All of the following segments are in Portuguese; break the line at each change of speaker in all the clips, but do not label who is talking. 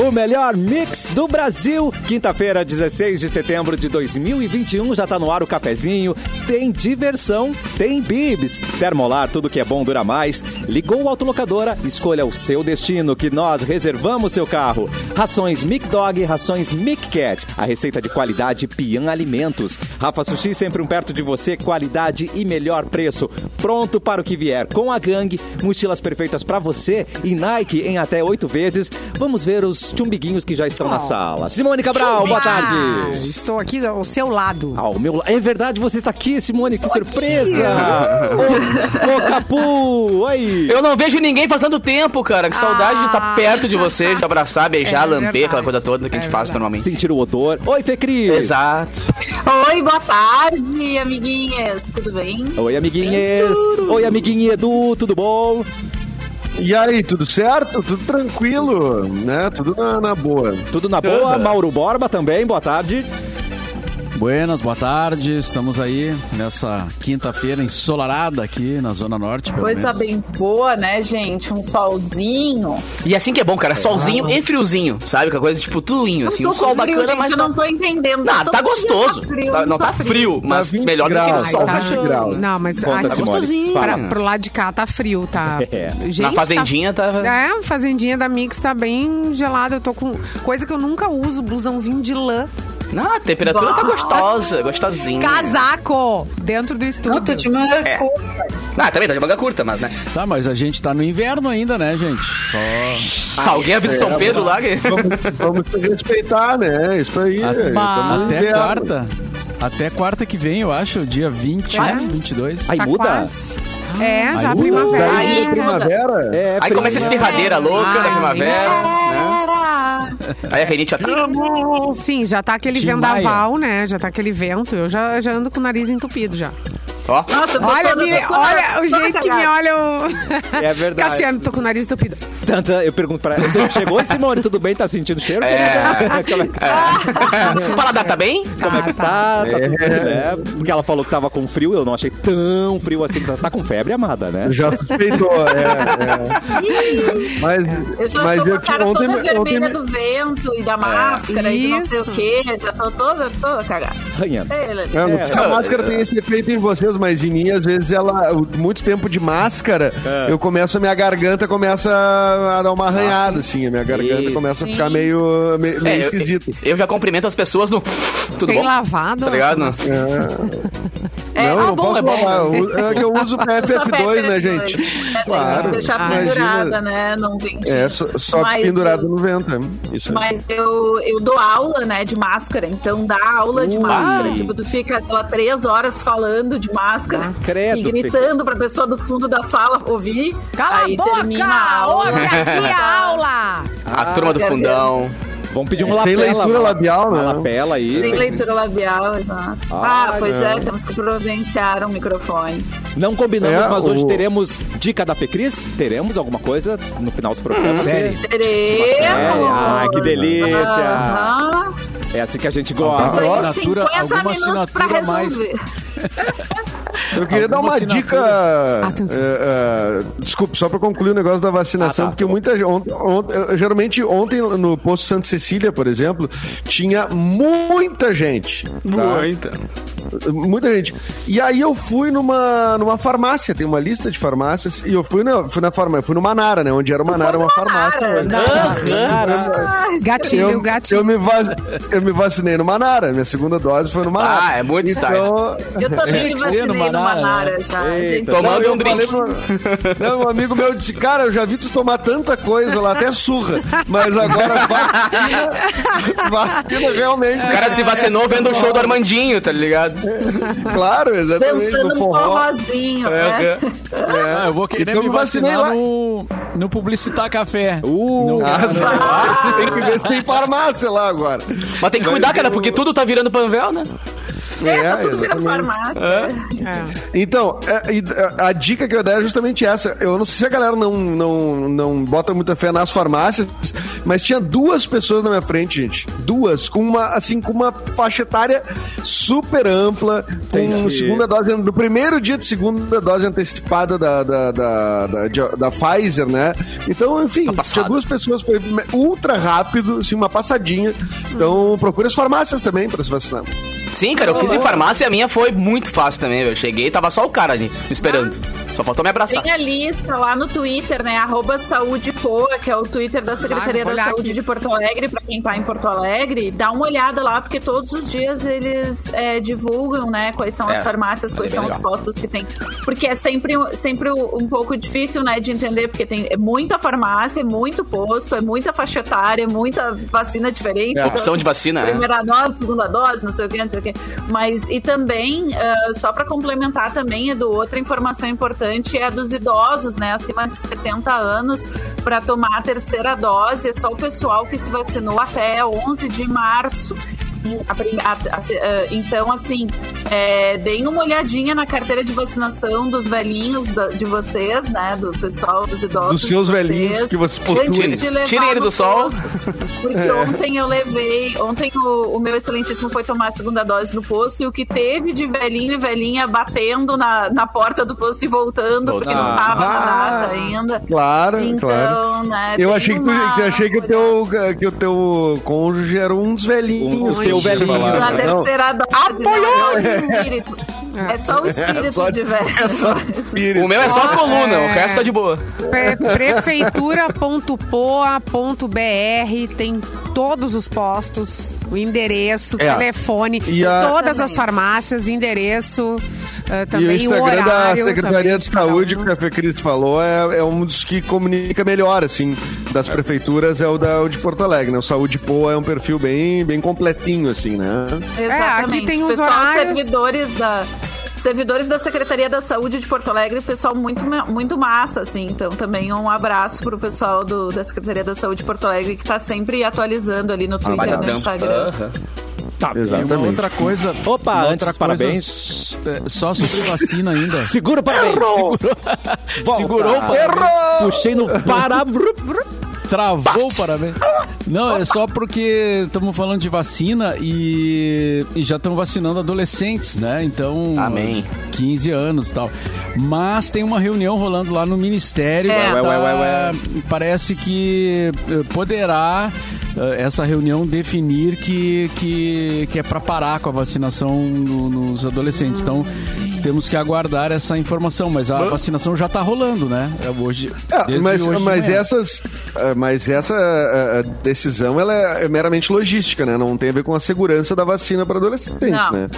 o melhor mix do Brasil. Quinta-feira, 16 de setembro de 2021, já tá no ar o cafezinho. Tem diversão, tem bibs. Termolar, tudo que é bom dura mais. Ligou o autolocadora, escolha o seu destino, que nós reservamos seu carro. Rações Mic Dog, rações Mic Cat. A receita de qualidade Pian Alimentos. Rafa Sushi, sempre um perto de você, qualidade e melhor preço. Pronto para o que vier. Com a gangue, mochilas perfeitas para você e Nike em até oito vezes. Vamos ver os chumbiguinhos que já estão na
Oh.
sala. Simone Cabral, boa
Ah,
tarde.
Estou aqui ao seu lado.
Ao meu la- É verdade, você está aqui, Simone, que surpresa! Ô, ô, Capu! Oi!
Eu não vejo ninguém faz tanto tempo, cara. Que saudade de estar perto de você, de abraçar,
Ah.
beijar,
É
lamber,
verdade.
aquela coisa toda que a gente
É
faz
verdade.
normalmente.
Sentir o odor. Oi, Fê Cris!
Exato.
Oi, boa tarde, amiguinhas. Tudo bem?
Oi, amiguinhas! Oi, amiguinha Edu, tudo bom?
E aí, tudo certo? Tudo tranquilo, né? Tudo na, na boa.
Tudo na boa? Mauro Borba também, boa tarde.
Buenas, boa tarde. Estamos aí nessa quinta-feira ensolarada aqui na Zona Norte, pelo
Coisa
menos.
bem boa, né, gente? Um solzinho.
E assim que é bom, cara. Solzinho e friozinho, sabe? Aquela coisa tipo tuinho, assim.
Não
Um
tô
sol
com frio,
bacana,
gente,
mas
eu
tá...
não tô entendendo.
Não,
Todo
tá
dia
gostoso.
frio,
Tá- não tá frio, mas
20
melhor do que
graus.
aquele sol.
Ai, tá. 20 graus.
Não, mas
né? Conta,
aqui,
Simone.
gostosinho.
Fala.
Cara,
pro lado de cá tá frio, tá?
É.
Gente,
Na fazendinha tá...
Tá... É, a fazendinha da Mix tá bem gelada. Eu tô com coisa que eu nunca uso, blusãozinho de lã.
Não, a temperatura tá gostosa,
Hum.
gostosinha.
Casaco! Dentro do estúdio.
Puta, de
tipo
uma
É. Ah, também tá de manga curta, mas né?
Tá, mas a gente tá no inverno ainda, né, gente?
Ah,
Alguém avisa
é,
São Pedro lá? que-
Vamos, vamos se respeitar, né? Isso aí.
Ah, tá.
estamos no
Até
inverno.
quarta. Até quarta que vem, eu acho, dia né, 20,
Vai.
22.
Aí
Tá
muda? Ah,
quase. É, já
Aí-
primavera.
Daí
né?
é primavera.
É,
Aí começa a
prima.
espirradeira louca da
Ah,
Ai,
primavera. né?
Era.
Aí a renite...
Sim, já tá aquele
Tim
vendaval, né? Já tá aquele vento. Eu já, já ando com o nariz entupido já.
Ó,
Nossa, eu tô
Olha,
toda-
me,
tô toda-
olha o
toda
jeito que me
cagada.
olha o.
É verdade.
Cassiano, tô com o nariz entupido.
Tanta, eu pergunto pra ela. "Você Chegou, Simone, tudo bem? Tá sentindo cheiro? né?
Ah,
É.
Aquela-
tá.
o paladar tá bem?
Como é que tá? Tá tudo, né?
É.
Porque ela falou que tava com frio, eu não achei tão frio assim. Tá, tá com febre, amada, né?
Já suspeitou, é. é. Mas,
Eu já
mas
tô com
eu
a cara
tinha ontem.
toda vermelha
ontem
do vento
É.
e da máscara e do não sei
Isso.
o quê. Já tô toda, toda cagada.
Ranha.
É,
é, não sei se a
É.
máscara tem esse efeito em vocês, mas em mim, às vezes, ela, o- muito tempo de máscara,
É.
eu começo, a minha garganta começa a dar uma arranhada, assim. A minha garganta
Ih.
começa a
Sim.
ficar meio,
Ah,
meio,
É,
meio
eu-
esquisita.
Eu, já cumprimento as pessoas no. Tudo
Tem
bom?
lavado.
Tá ligado? Não.
É,
não,
ah,
não
bom,
posso
é bom.
falar. Eu- É que eu uso pra FF2, né, gente?
Claro.
Claro.
É, Deixar
imagina.
pendurada, né? Não vem.
É, só, só
Mas
pendurado
eu-
no vento. é. Isso aí.
Mas eu, eu dou aula, né, de máscara. Então, dá aula de
Ui.
máscara. Tipo, tu fica, sei lá, três horas falando de máscara.
credo,
e gritando pra pessoa do fundo da sala ouvir.
Cala
Aí
a boca!
termina a aula.
Ouve aqui a aula!
A turma do
quer
fundão.
Vamos pedir um lapela.
É. Sem leitura
uma-
labial,
Uma
né?
lapela aí.
Tem leitura labial, exato. Ah,
Ah,
pois
não.
é, temos que providenciar um microfone.
Não combinamos,
É,
mas hoje
o-
teremos dica da Fecris. Teremos alguma coisa no final do programa.
Hum,
Sério?
Teremos!
É,
um Ah,
Ah, que delícia.
Aham.
É assim que a gente gosta.
Ah,
Tem
Assinatura-
50
alguma
minutos pra
assinatura mais-
resolver.
Eu queria dar
Alguma
uma
assinatura?
dica.
Atenção.
eh, eh, desculpe, só para concluir o negócio da vacinação,
Ah, tá.
porque muita gente. ont- ont- eh, geralmente, ontem no posto Santa Cecília, por exemplo, tinha muita gente. tá?
Muita.
Muita gente. E aí eu fui numa, numa farmácia, tem uma lista de farmácias, e eu fui na, fui na farmácia, fui no Manara, né? Onde era o Manara, uma farmácia.
Manara,
né?
Gatilho,
Eu, eu,
gatilho.
me vac- eu me vacinei no Manara, minha segunda dose foi no Manara.
Ah, é muito
então,
Eu também
Tinha
me
que
vacinei
ser no
no
Manara, né?
Manara já. gente.
Tomando
Não, eu
um drink.
falei pro- Não, um amigo meu disse, cara, eu já vi tu tomar tanta coisa lá, até surra. Mas agora vacina, vacina realmente.
O cara se vacinou vendo o show do Armandinho, tá ligado?
Claro, exatamente,
Dançando
no
um
forró.
forrozinho, né?
É.
É.
Ah, eu vou querer
Então
me
me vacinei
vacinar
lá.
no, no Publicitar Café.
Uh,
Ah, não. Tem que ver se tem farmácia lá agora.
Mas tem que cuidar, cara, porque tudo tá virando panvel, né?
É,
tá tudo vira
exatamente.
farmácia.
É.
Então, é, e, é, a dica que eu ia dar é justamente essa. Eu não sei se a galera não, não, não bota muita fé nas farmácias, mas tinha duas pessoas na minha frente, gente. Duas, com uma, assim, com uma faixa etária super ampla, com
Entendi.
segunda dose, no primeiro dia de segunda dose antecipada da, da, da, da, de- da Pfizer, né? Então, enfim,
passado.
tinha duas pessoas, foi ultra rápido, assim, uma passadinha. Então, procure as farmácias também pra se vacinar.
Sim, cara, eu fiz em farmácia e a minha foi muito fácil também, velho. Eu cheguei tava só o cara ali, me esperando. Só faltou me abraçar.
Tem a lista lá no Twitter, né? Arroba Saúde Poa, que é o Twitter da Secretaria
Ah, vou
da
olhar
Saúde
aqui.
de Porto Alegre, pra quem tá em Porto Alegre. Dá uma olhada lá, porque todos os dias eles é, divulgam, né? Quais são
É,
as farmácias,
vale
quais
bem
são
legal.
os postos que tem. Porque é sempre, sempre um pouco difícil, né? De entender, porque tem é muita farmácia, é muito posto, é muita faixa etária, é muita vacina diferente.
É.
Então,
Opção de vacina, né?
Primeira dose, segunda dose, não sei o que, não sei o que. Mas, e também, ah, só para complementar também, Edu, outra informação importante é a dos idosos, né? Acima de 70 anos, para tomar a terceira dose, é só o pessoal que se vacinou até 11 de março. A prim- a- a- se- ah, então, assim, é, deem uma olhadinha na carteira de vacinação dos velhinhos da- de vocês, né? Do pessoal, dos idosos.
Dos seus
de vocês.
velhinhos que vocês possuem.
Antes de levar
Tirem ele
no
do sol.
posto, porque
É.
ontem eu levei, ontem o, o meu excelentíssimo foi tomar a segunda dose no posto e o que teve de velhinho e velhinha batendo na, na porta do posto e voltando, porque não
Voltando.
tava
Ah,
nada ainda.
Claro,
então,
claro.
Né,
Eu
tem
achei que, tu,
uma-
que achei que o, teu, que o teu cônjuge era um dos velhinhos.
Um
que
teu
chega
velhinho.
lá,
Na
Não.
né?
terceira dose. não, é só o espírito. É só o espírito
É só,
de velho.
é só espírito.
O meu é só a coluna, o
é.
resto tá de boa.
Pre- Prefeitura.poa.br tem todos os postos, o endereço, o
É.
telefone,
E a-
todas as farmácias, endereço, eh,
E o
também o,
Instagram da
horário.
Secretaria
também
de
cada
Saúde,
um.
que a Fê Cristo falou, é, é um dos que comunica melhor, assim, das prefeituras, é o, da, o de Porto Alegre, né? O Saúde Poa é um perfil bem, bem completinho, assim, né?
Exatamente.
É, aqui tem os
pessoal,
horários.
servidores da servidores da Secretaria da Saúde de Porto Alegre, pessoal muito ma- muito massa assim. Então também um abraço pro pessoal do- da Secretaria da Saúde de Porto Alegre que tá sempre atualizando ali no Twitter, e no
Validando.
Instagram.
Aham.
Tá,
E uma
Exatamente.
outra coisa.
Opa,
uma
antes, parabéns.
s- é, Só sobre vacina ainda.
Segura o parabéns. Segurou. Volta.
Segurou um o
Puxei no para.
Travou, parabéns. Não, é só porque estamos falando de vacina e, e já estão vacinando adolescentes, né? Então,
Amém.
15 anos e tal. Mas tem uma reunião rolando lá no Ministério.
É.
tá-
Ué, ué, ué, ué.
Parece que eh, poderá eh, essa reunião definir que, que, que é para parar com a vacinação no- nos adolescentes. Então, temos que aguardar essa informação. Mas a vacinação já está rolando, né? É Hoje,
É,
desde
mas,
hoje de
mas
manhã.
essas, é, mas essa é, é, decisão ela é meramente logística, né? Não tem a ver com a segurança da vacina para adolescentes,
Não.
né?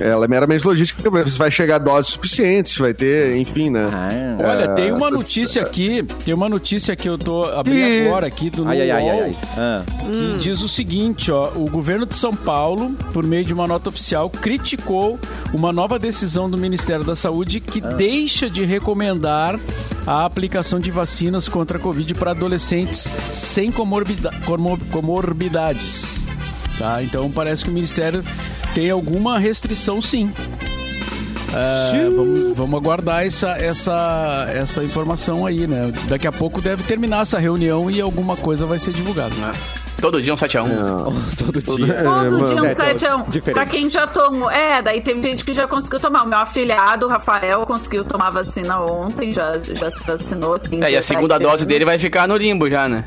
Ela é meramente logística, se vai chegar doses suficientes, vai ter, enfim, né?
Ah.
Olha,
É,
tem uma
essa-
notícia aqui, tem uma notícia que eu tô
Ih.
abrindo agora aqui do
Ai, ai, ai, ai.
UOL,
ai. Ah.
que diz o seguinte, ó, o governo de São Paulo, por meio de uma nota oficial, criticou uma nova decisão do Ministério da Saúde que deixa de recomendar a aplicação de vacinas contra a Covid para adolescentes sem comorbida- comor- comorbidades. Tá? Então parece que o Ministério tem alguma restrição sim. É, vamos, vamos aguardar essa, essa, essa informação aí, né? Daqui a pouco deve terminar essa reunião e alguma coisa vai ser divulgada.
Todo dia um 7x1.
Todo dia.
É,
Todo
É, mano.
dia um
Sete,
7 a 1.
diferente.
Pra quem já tomou. É, daí tem gente que já conseguiu tomar. O meu afilhado, o Rafael, conseguiu tomar a vacina ontem, já, já se vacinou. tem
É, e a
17
segunda dose
anos.
dele vai ficar no limbo já, né?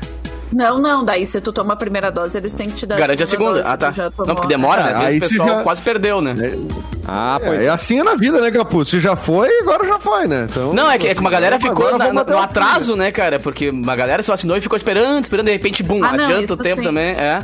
Não, não, daí se tu toma a primeira dose, eles têm que te dar.
Garante a segunda.
dose
Ah,
que
tá.
tu já
Não,
tomou,
porque demora,
Ah,
né? Às vezes
aí
o
se
pessoal
já-
quase perdeu, né?
Ah, pois
É, é assim na vida, né, Capu? Se já foi, agora já foi, né? Então,
Não, é que, é que uma galera
agora
ficou
vamos
na- na-
até
no
o fim.
atraso, né, cara? Porque uma galera se vacinou e ficou esperando, esperando, de repente, bum,
Ah, não,
adianta
isso
o tempo
sim.
também, é.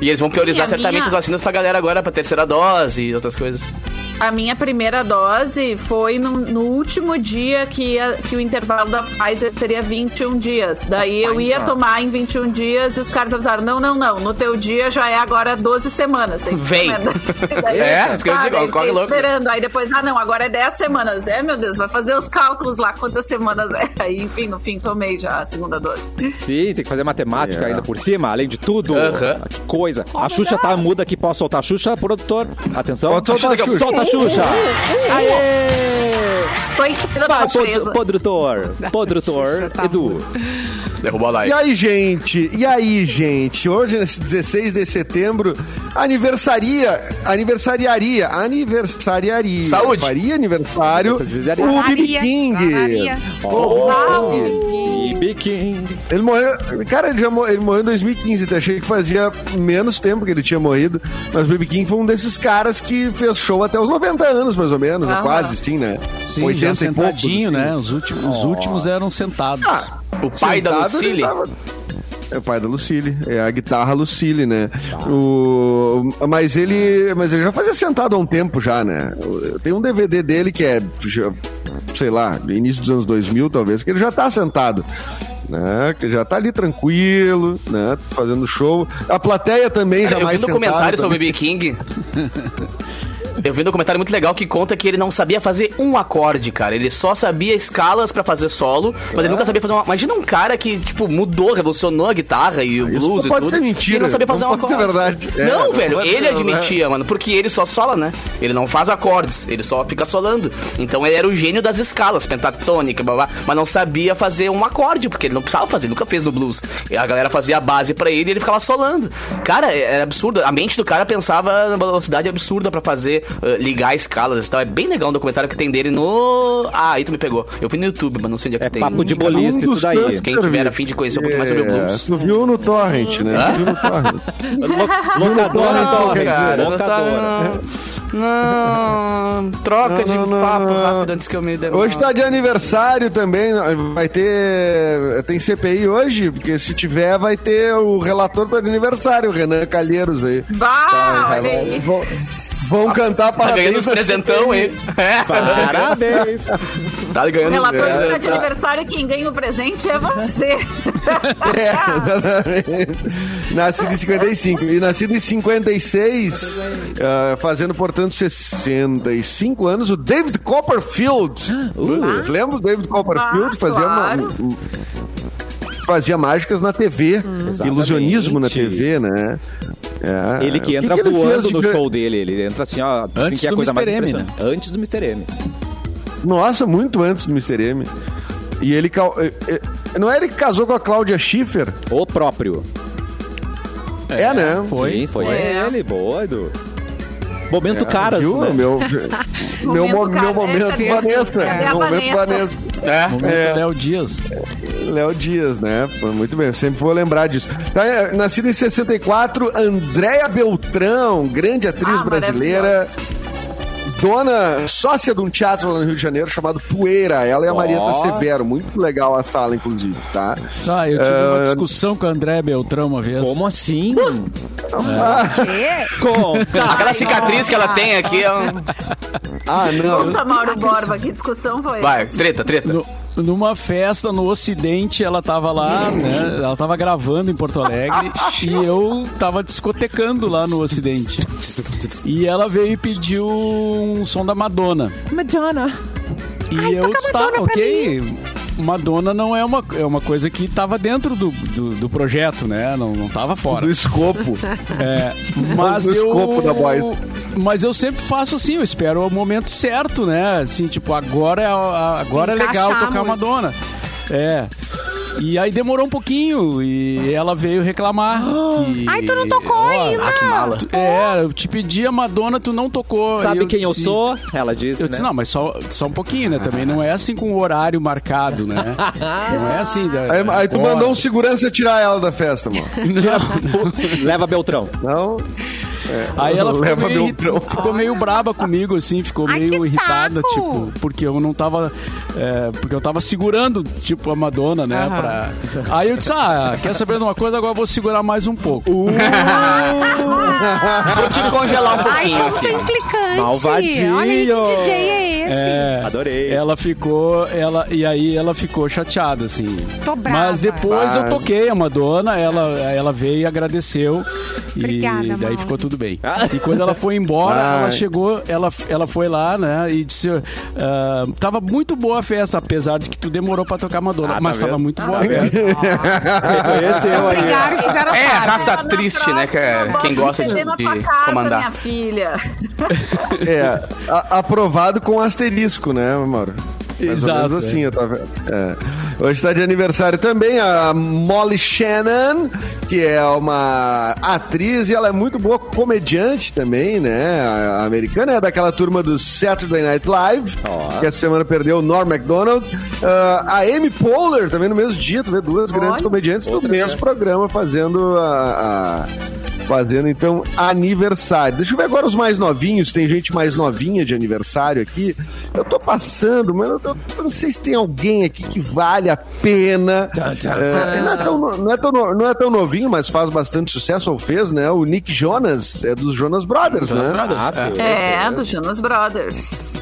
E eles vão priorizar
Sim, a
certamente
minha-
as vacinas pra galera agora, pra terceira dose e outras coisas.
A minha primeira dose foi no, no último dia que, ia- que o intervalo da Pfizer seria 21 dias. Daí eu ia tomar em 21 dias e os caras avisaram: não, não, não, no teu dia já é agora 12 semanas. Tem que
Vem.
comer." Daí,
É, isso que eu
tá,
digo,
daí
corre
fiquei
louco.
esperando. Aí depois, ah, não, agora é 10 semanas. É, meu Deus, vai fazer os cálculos lá quantas semanas é. Aí, enfim, no fim, tomei já a segunda dose.
Sim, tem que fazer matemática
É.
ainda por cima, além de tudo. Ah,
Aham.
Que coisa. A Xuxa tá muda aqui. Posso soltar a Xuxa, produtor? Atenção.
Pode soltar a Xuxa.
Solta a Xuxa. Aê!
Foi filha da
Vai,
natureza.
pod- podrutor. Podrutor.
tá
Edu.
Derrubou a
E
live.
aí, gente? E aí, gente? Hoje, nesse 16 de setembro, aniversaria, aniversariaria, aniversariaria.
Saúde.
Faria aniversário
Aniversariaria.
o BB King. Oh.
Maria.
BB King.
Ele morreu... Cara, ele, já mor- ele morreu em 2015, então achei que fazia menos tempo que ele tinha morrido, mas o BB King foi um desses caras que fez show até os 90 anos, mais ou menos, ou
Aham.
quase, sim, né?
Sim, já
e poucos,
sentadinho,
assim.
né? Os últimos, os últimos eram sentados.
O pai da
Sentado, ele
Lucille.
tava- É o pai da Lucille, é a guitarra Lucille, né?
Tá.
O... Mas ele. Mas ele já fazia sentado há um tempo já, né? Tem um DVD dele que é, já- sei lá, início dos anos 2000, talvez, que ele já tá sentado. Né? Que já tá ali tranquilo, né? Fazendo show. A plateia também
Cara, eu vi
jamais
um documentário sobre o BB
também.
King. Eu vi um documentário muito legal que conta que ele não sabia fazer um acorde, cara. Ele só sabia escalas pra fazer solo, mas
É.
ele nunca sabia fazer uma. Imagina um cara que, tipo, mudou, revolucionou a guitarra e o
Ah, isso
blues
não
e
pode
tudo.
ser mentira,
E não sabia
não
fazer um
pode
acorde.
ser verdade. É,
não,
não
velho,
pode
ele
ser,
admitia, mano, porque ele só sola, né? Ele não faz acordes, ele só fica solando. Então ele era o gênio das escalas, pentatônica, blá, blá, mas não sabia fazer um acorde, porque ele não precisava fazer, nunca fez no blues. E a galera fazia a base pra ele e ele ficava solando. Cara, é- era absurdo. A mente do cara pensava numa velocidade absurda pra fazer, eh, ligar escalas e tal. É bem legal um documentário que tem dele no. Ah, aí tu me pegou. Eu vi no YouTube, mas não sei onde é que
É
tem.
papo de
Nunca-
bolista
Um dos
isso daí.
tantos
Quem tiver a fim de conhecer um pouco mais sobre o
É,
blues.
Tu viu no Torrent, né? Tu viu no Torrent.
Lo- Locadora,
Não,
então, quer
cara,
dizer.
não tá-
Locadora.
Não, troca
Não,
de
não,
papo
não, não.
rápido antes que eu me demore.
Hoje tá de aniversário também, vai ter. Tem CPI hoje, porque se tiver, vai ter o relator tá de aniversário, o Renan Calheiros aí.
Bah,
Vai,
Ah, olha
vai,
aí.
vão, vão cantar
Tá ganhando
parabéns.
os
à
presentão,
CPI.
hein? É,
Parabéns.
tá
O
ganhando os
relator
É,
está de
tá.
aniversário, quem ganha o presente é você.
É, exatamente. nascido em 55. E nascido em 56, ah, fazendo, portanto, 65 anos, o David Copperfield. Uh, Vocês lembram do David Copperfield?
Ah,
fazia uma-
claro.
um- Fazia mágicas na TV, ilusionismo na
Exatamente.
TV, né? É.
Ele que
O
entra
ele fez
voando
de
no
gran-
show dele, ele entra assim, ó, assim
Antes
que é a
do
coisa mais
Mr. M, né?
impressionante. Antes do Mr. M.
Nossa, muito antes do Mr. M. E ele. cau- eh, eh, Não é ele que casou com a Cláudia Schiffer?
O próprio.
É, né?
Foi.
Sim, foi
É.
ele, boa, Edu. Momento caras,
É, Ah, Viu?
né?
Meu, meu,
Momento
mo-
Vanessa
meu momento
desse.
Vanessa.
Cadê a
Meu
Vanessa?
momento Vanessa.
É.
Momento
É.
Léo Dias.
Léo Dias, né? Foi Muito bem, eu sempre vou lembrar disso. Tá, é, Nascida em 64, Andréa Beltrão, grande atriz
Ah,
brasileira. Dona sócia de um teatro lá no Rio de Janeiro chamado Poeira. Ela é a Marieta
Ó.
Severo. Muito legal a sala, inclusive, tá?
Ah, eu tive uma
Ah,
discussão com o André Beltrão uma vez.
Como assim?
Quê?
Conta.
Aquela cicatriz que
Tá.
ela tem aqui é um...
Ah, não.
Conta, Mauro Borba, que discussão foi
Vai, treta, treta.
No- numa festa no Ocidente, ela tava lá, né? Ela tava gravando em Porto Alegre e eu tava discotecando lá no Ocidente. E ela veio e pediu um som da Madonna.
Madonna.
E eu estava, ok. Madonna não é uma, é uma coisa que tava dentro do, do, do projeto, né? Não, não tava fora.
Do escopo.
É, mas
No
eu.
escopo da voz.
Mas eu sempre faço assim, eu espero o momento certo, né? Assim, tipo, agora é, a- a- agora é
encaixar
legal
a
tocar
música.
Madonna. É. E aí demorou um pouquinho e ela veio reclamar. que-
Ai, tu não tocou ainda.
Ah, que mala.
Tu- É, eu te pedi a Madonna, tu não tocou.
Sabe
E eu
quem eu
disse-
sou? Ela disse,
Eu
né?
disse, não, mas só, só um pouquinho, né? Também não é assim com o horário marcado, né? Não é assim.
Aí, aí tu mandou um segurança tirar ela da festa, mano.
Leva Beltrão.
Não?
Aí ela ficou,
Leva
meio,
meu
irri-
tronco.
ficou meio braba comigo, assim, ficou
Ai,
meio
que
irritada,
saco!
tipo, porque eu não tava. é, porque eu tava segurando, tipo, a Madonna, né?
Aham.
pra- Aí eu disse, ah, quer saber de uma coisa? Agora eu vou segurar mais um pouco.
Vou te congelar um
Ai,
pouquinho
como tu é
um aqui.
implicante.
Malvadinho.
Olha aí que DJ é esse.
É,
Adorei.
Ela ficou, ela e aí ela ficou chateada assim.
Tô brava.
Mas depois
Ah.
eu toquei a Madonna, ela ela veio e agradeceu
Obrigada,
e daí
Mauro.
ficou tudo bem.
Ah.
E quando ela foi embora,
Ah.
ela chegou, ela ela foi lá, né, e disse, ah, tava muito boa a festa, apesar de que tu demorou pra tocar a Madonna,
Ah, tá
mas tava
vendo?
muito boa
Tá
a festa.
vendo? Reconheceu É, aí.
Obrigado, fizeram
É,
parte.
raça
Na
triste, né,
próxima,
cara? Quem
bota
gosta
um
de,
CD na tua
de
casa, minha
comandar.
filha.
É, a- aprovado com asterisco, né, Mauro? Mais
Exato, é.
ou menos assim, eu tava... é. Hoje está de aniversário também a Molly Shannon, que é uma atriz e ela é muito boa comediante também, né? A- a americana é daquela turma do Saturday Night Live,
Ó.
que essa semana perdeu o Norm MacDonald. Ah, a Amy Poehler também no mesmo dia, tu vê duas grandes
Olha.
comediantes no mesmo programa fazendo a, a- fazendo então aniversário. Deixa eu ver agora os mais novinhos, tem gente mais novinha de aniversário aqui. Eu tô passando, mas eu, tô- eu não sei se tem alguém aqui que vale a pena. É, não, é tão, no- não, é tão, no- não é tão novinho, mas faz bastante sucesso ou fez, né? O Nick Jonas é dos Jonas Brothers, né?
Ah, filho.
É, do Jonas Brothers.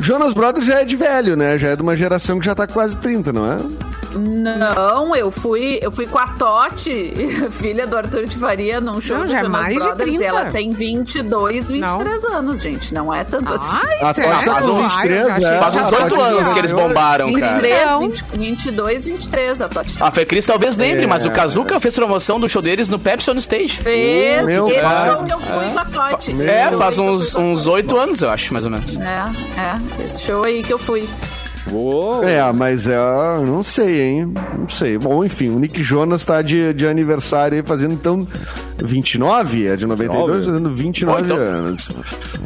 Jonas Brothers já é de velho, né? Já é de uma geração que já tá quase 30, não é?
Não, eu fui, eu fui com a Totti, filha do Arthur de Faria, num show
Não,
do
já é
Jonas
mais de
Brothers,
30.
E ela tem 22, 23 anos, gente. Não é tanto assim.
Ai, será?
Tocha tá
que
com
vai?
23,
Eu já
né?
achei
Faz
que
uns
tava
oito
com
anos que
pior.
eles bombaram, cara.
23,
Não.
20, 22, 23, a Totti.
A Fecris talvez lembre,
É.
mas o Kazuca fez promoção do show deles no Pepsi on Stage.
Fez,
Meu
esse
pai.
show que eu fui com a Totti.
É,
Eu
faz
fui com a
uns
Totti.
uns oito anos, eu acho, mais ou menos.
um É, é, esse show aí que eu fui.
Uou.
É, mas é, não sei, hein? Não sei. Bom, enfim, o Nick Jonas tá de, de aniversário aí fazendo então 29, é de 92,
Óbvio.
fazendo 29
Bom, então.
anos.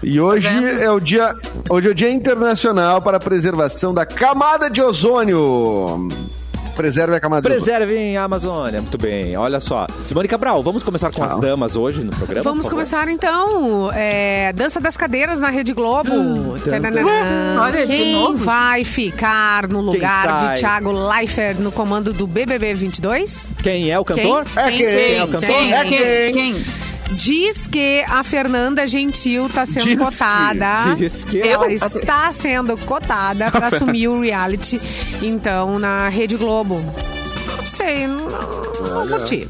E hoje
Tá
é o dia, hoje é o Dia Internacional para a Preservação da Camada de Ozônio. Preserve a camada de ozônio.
Preservem a Amazônia. Muito bem, olha só. Simone Cabral, vamos começar com as damas hoje no programa?
Vamos
por favor?
começar então. É, Dança das cadeiras na Rede Globo. Tadadã.
Olha, de
Quem
novo?
vai ficar no lugar
sai?
de Thiago Leifert no comando do BBB 22?
Quem é o cantor?
É quem?
é o cantor?
Quem?
É
Quem?
quem?
Quem?
Diz que a Fernanda Gentil está sendo
Diz que-
cotada.
Diz que
Ela
Eu?
está sendo cotada para assumir o reality, então, na Rede Globo. Não sei, não, não curti.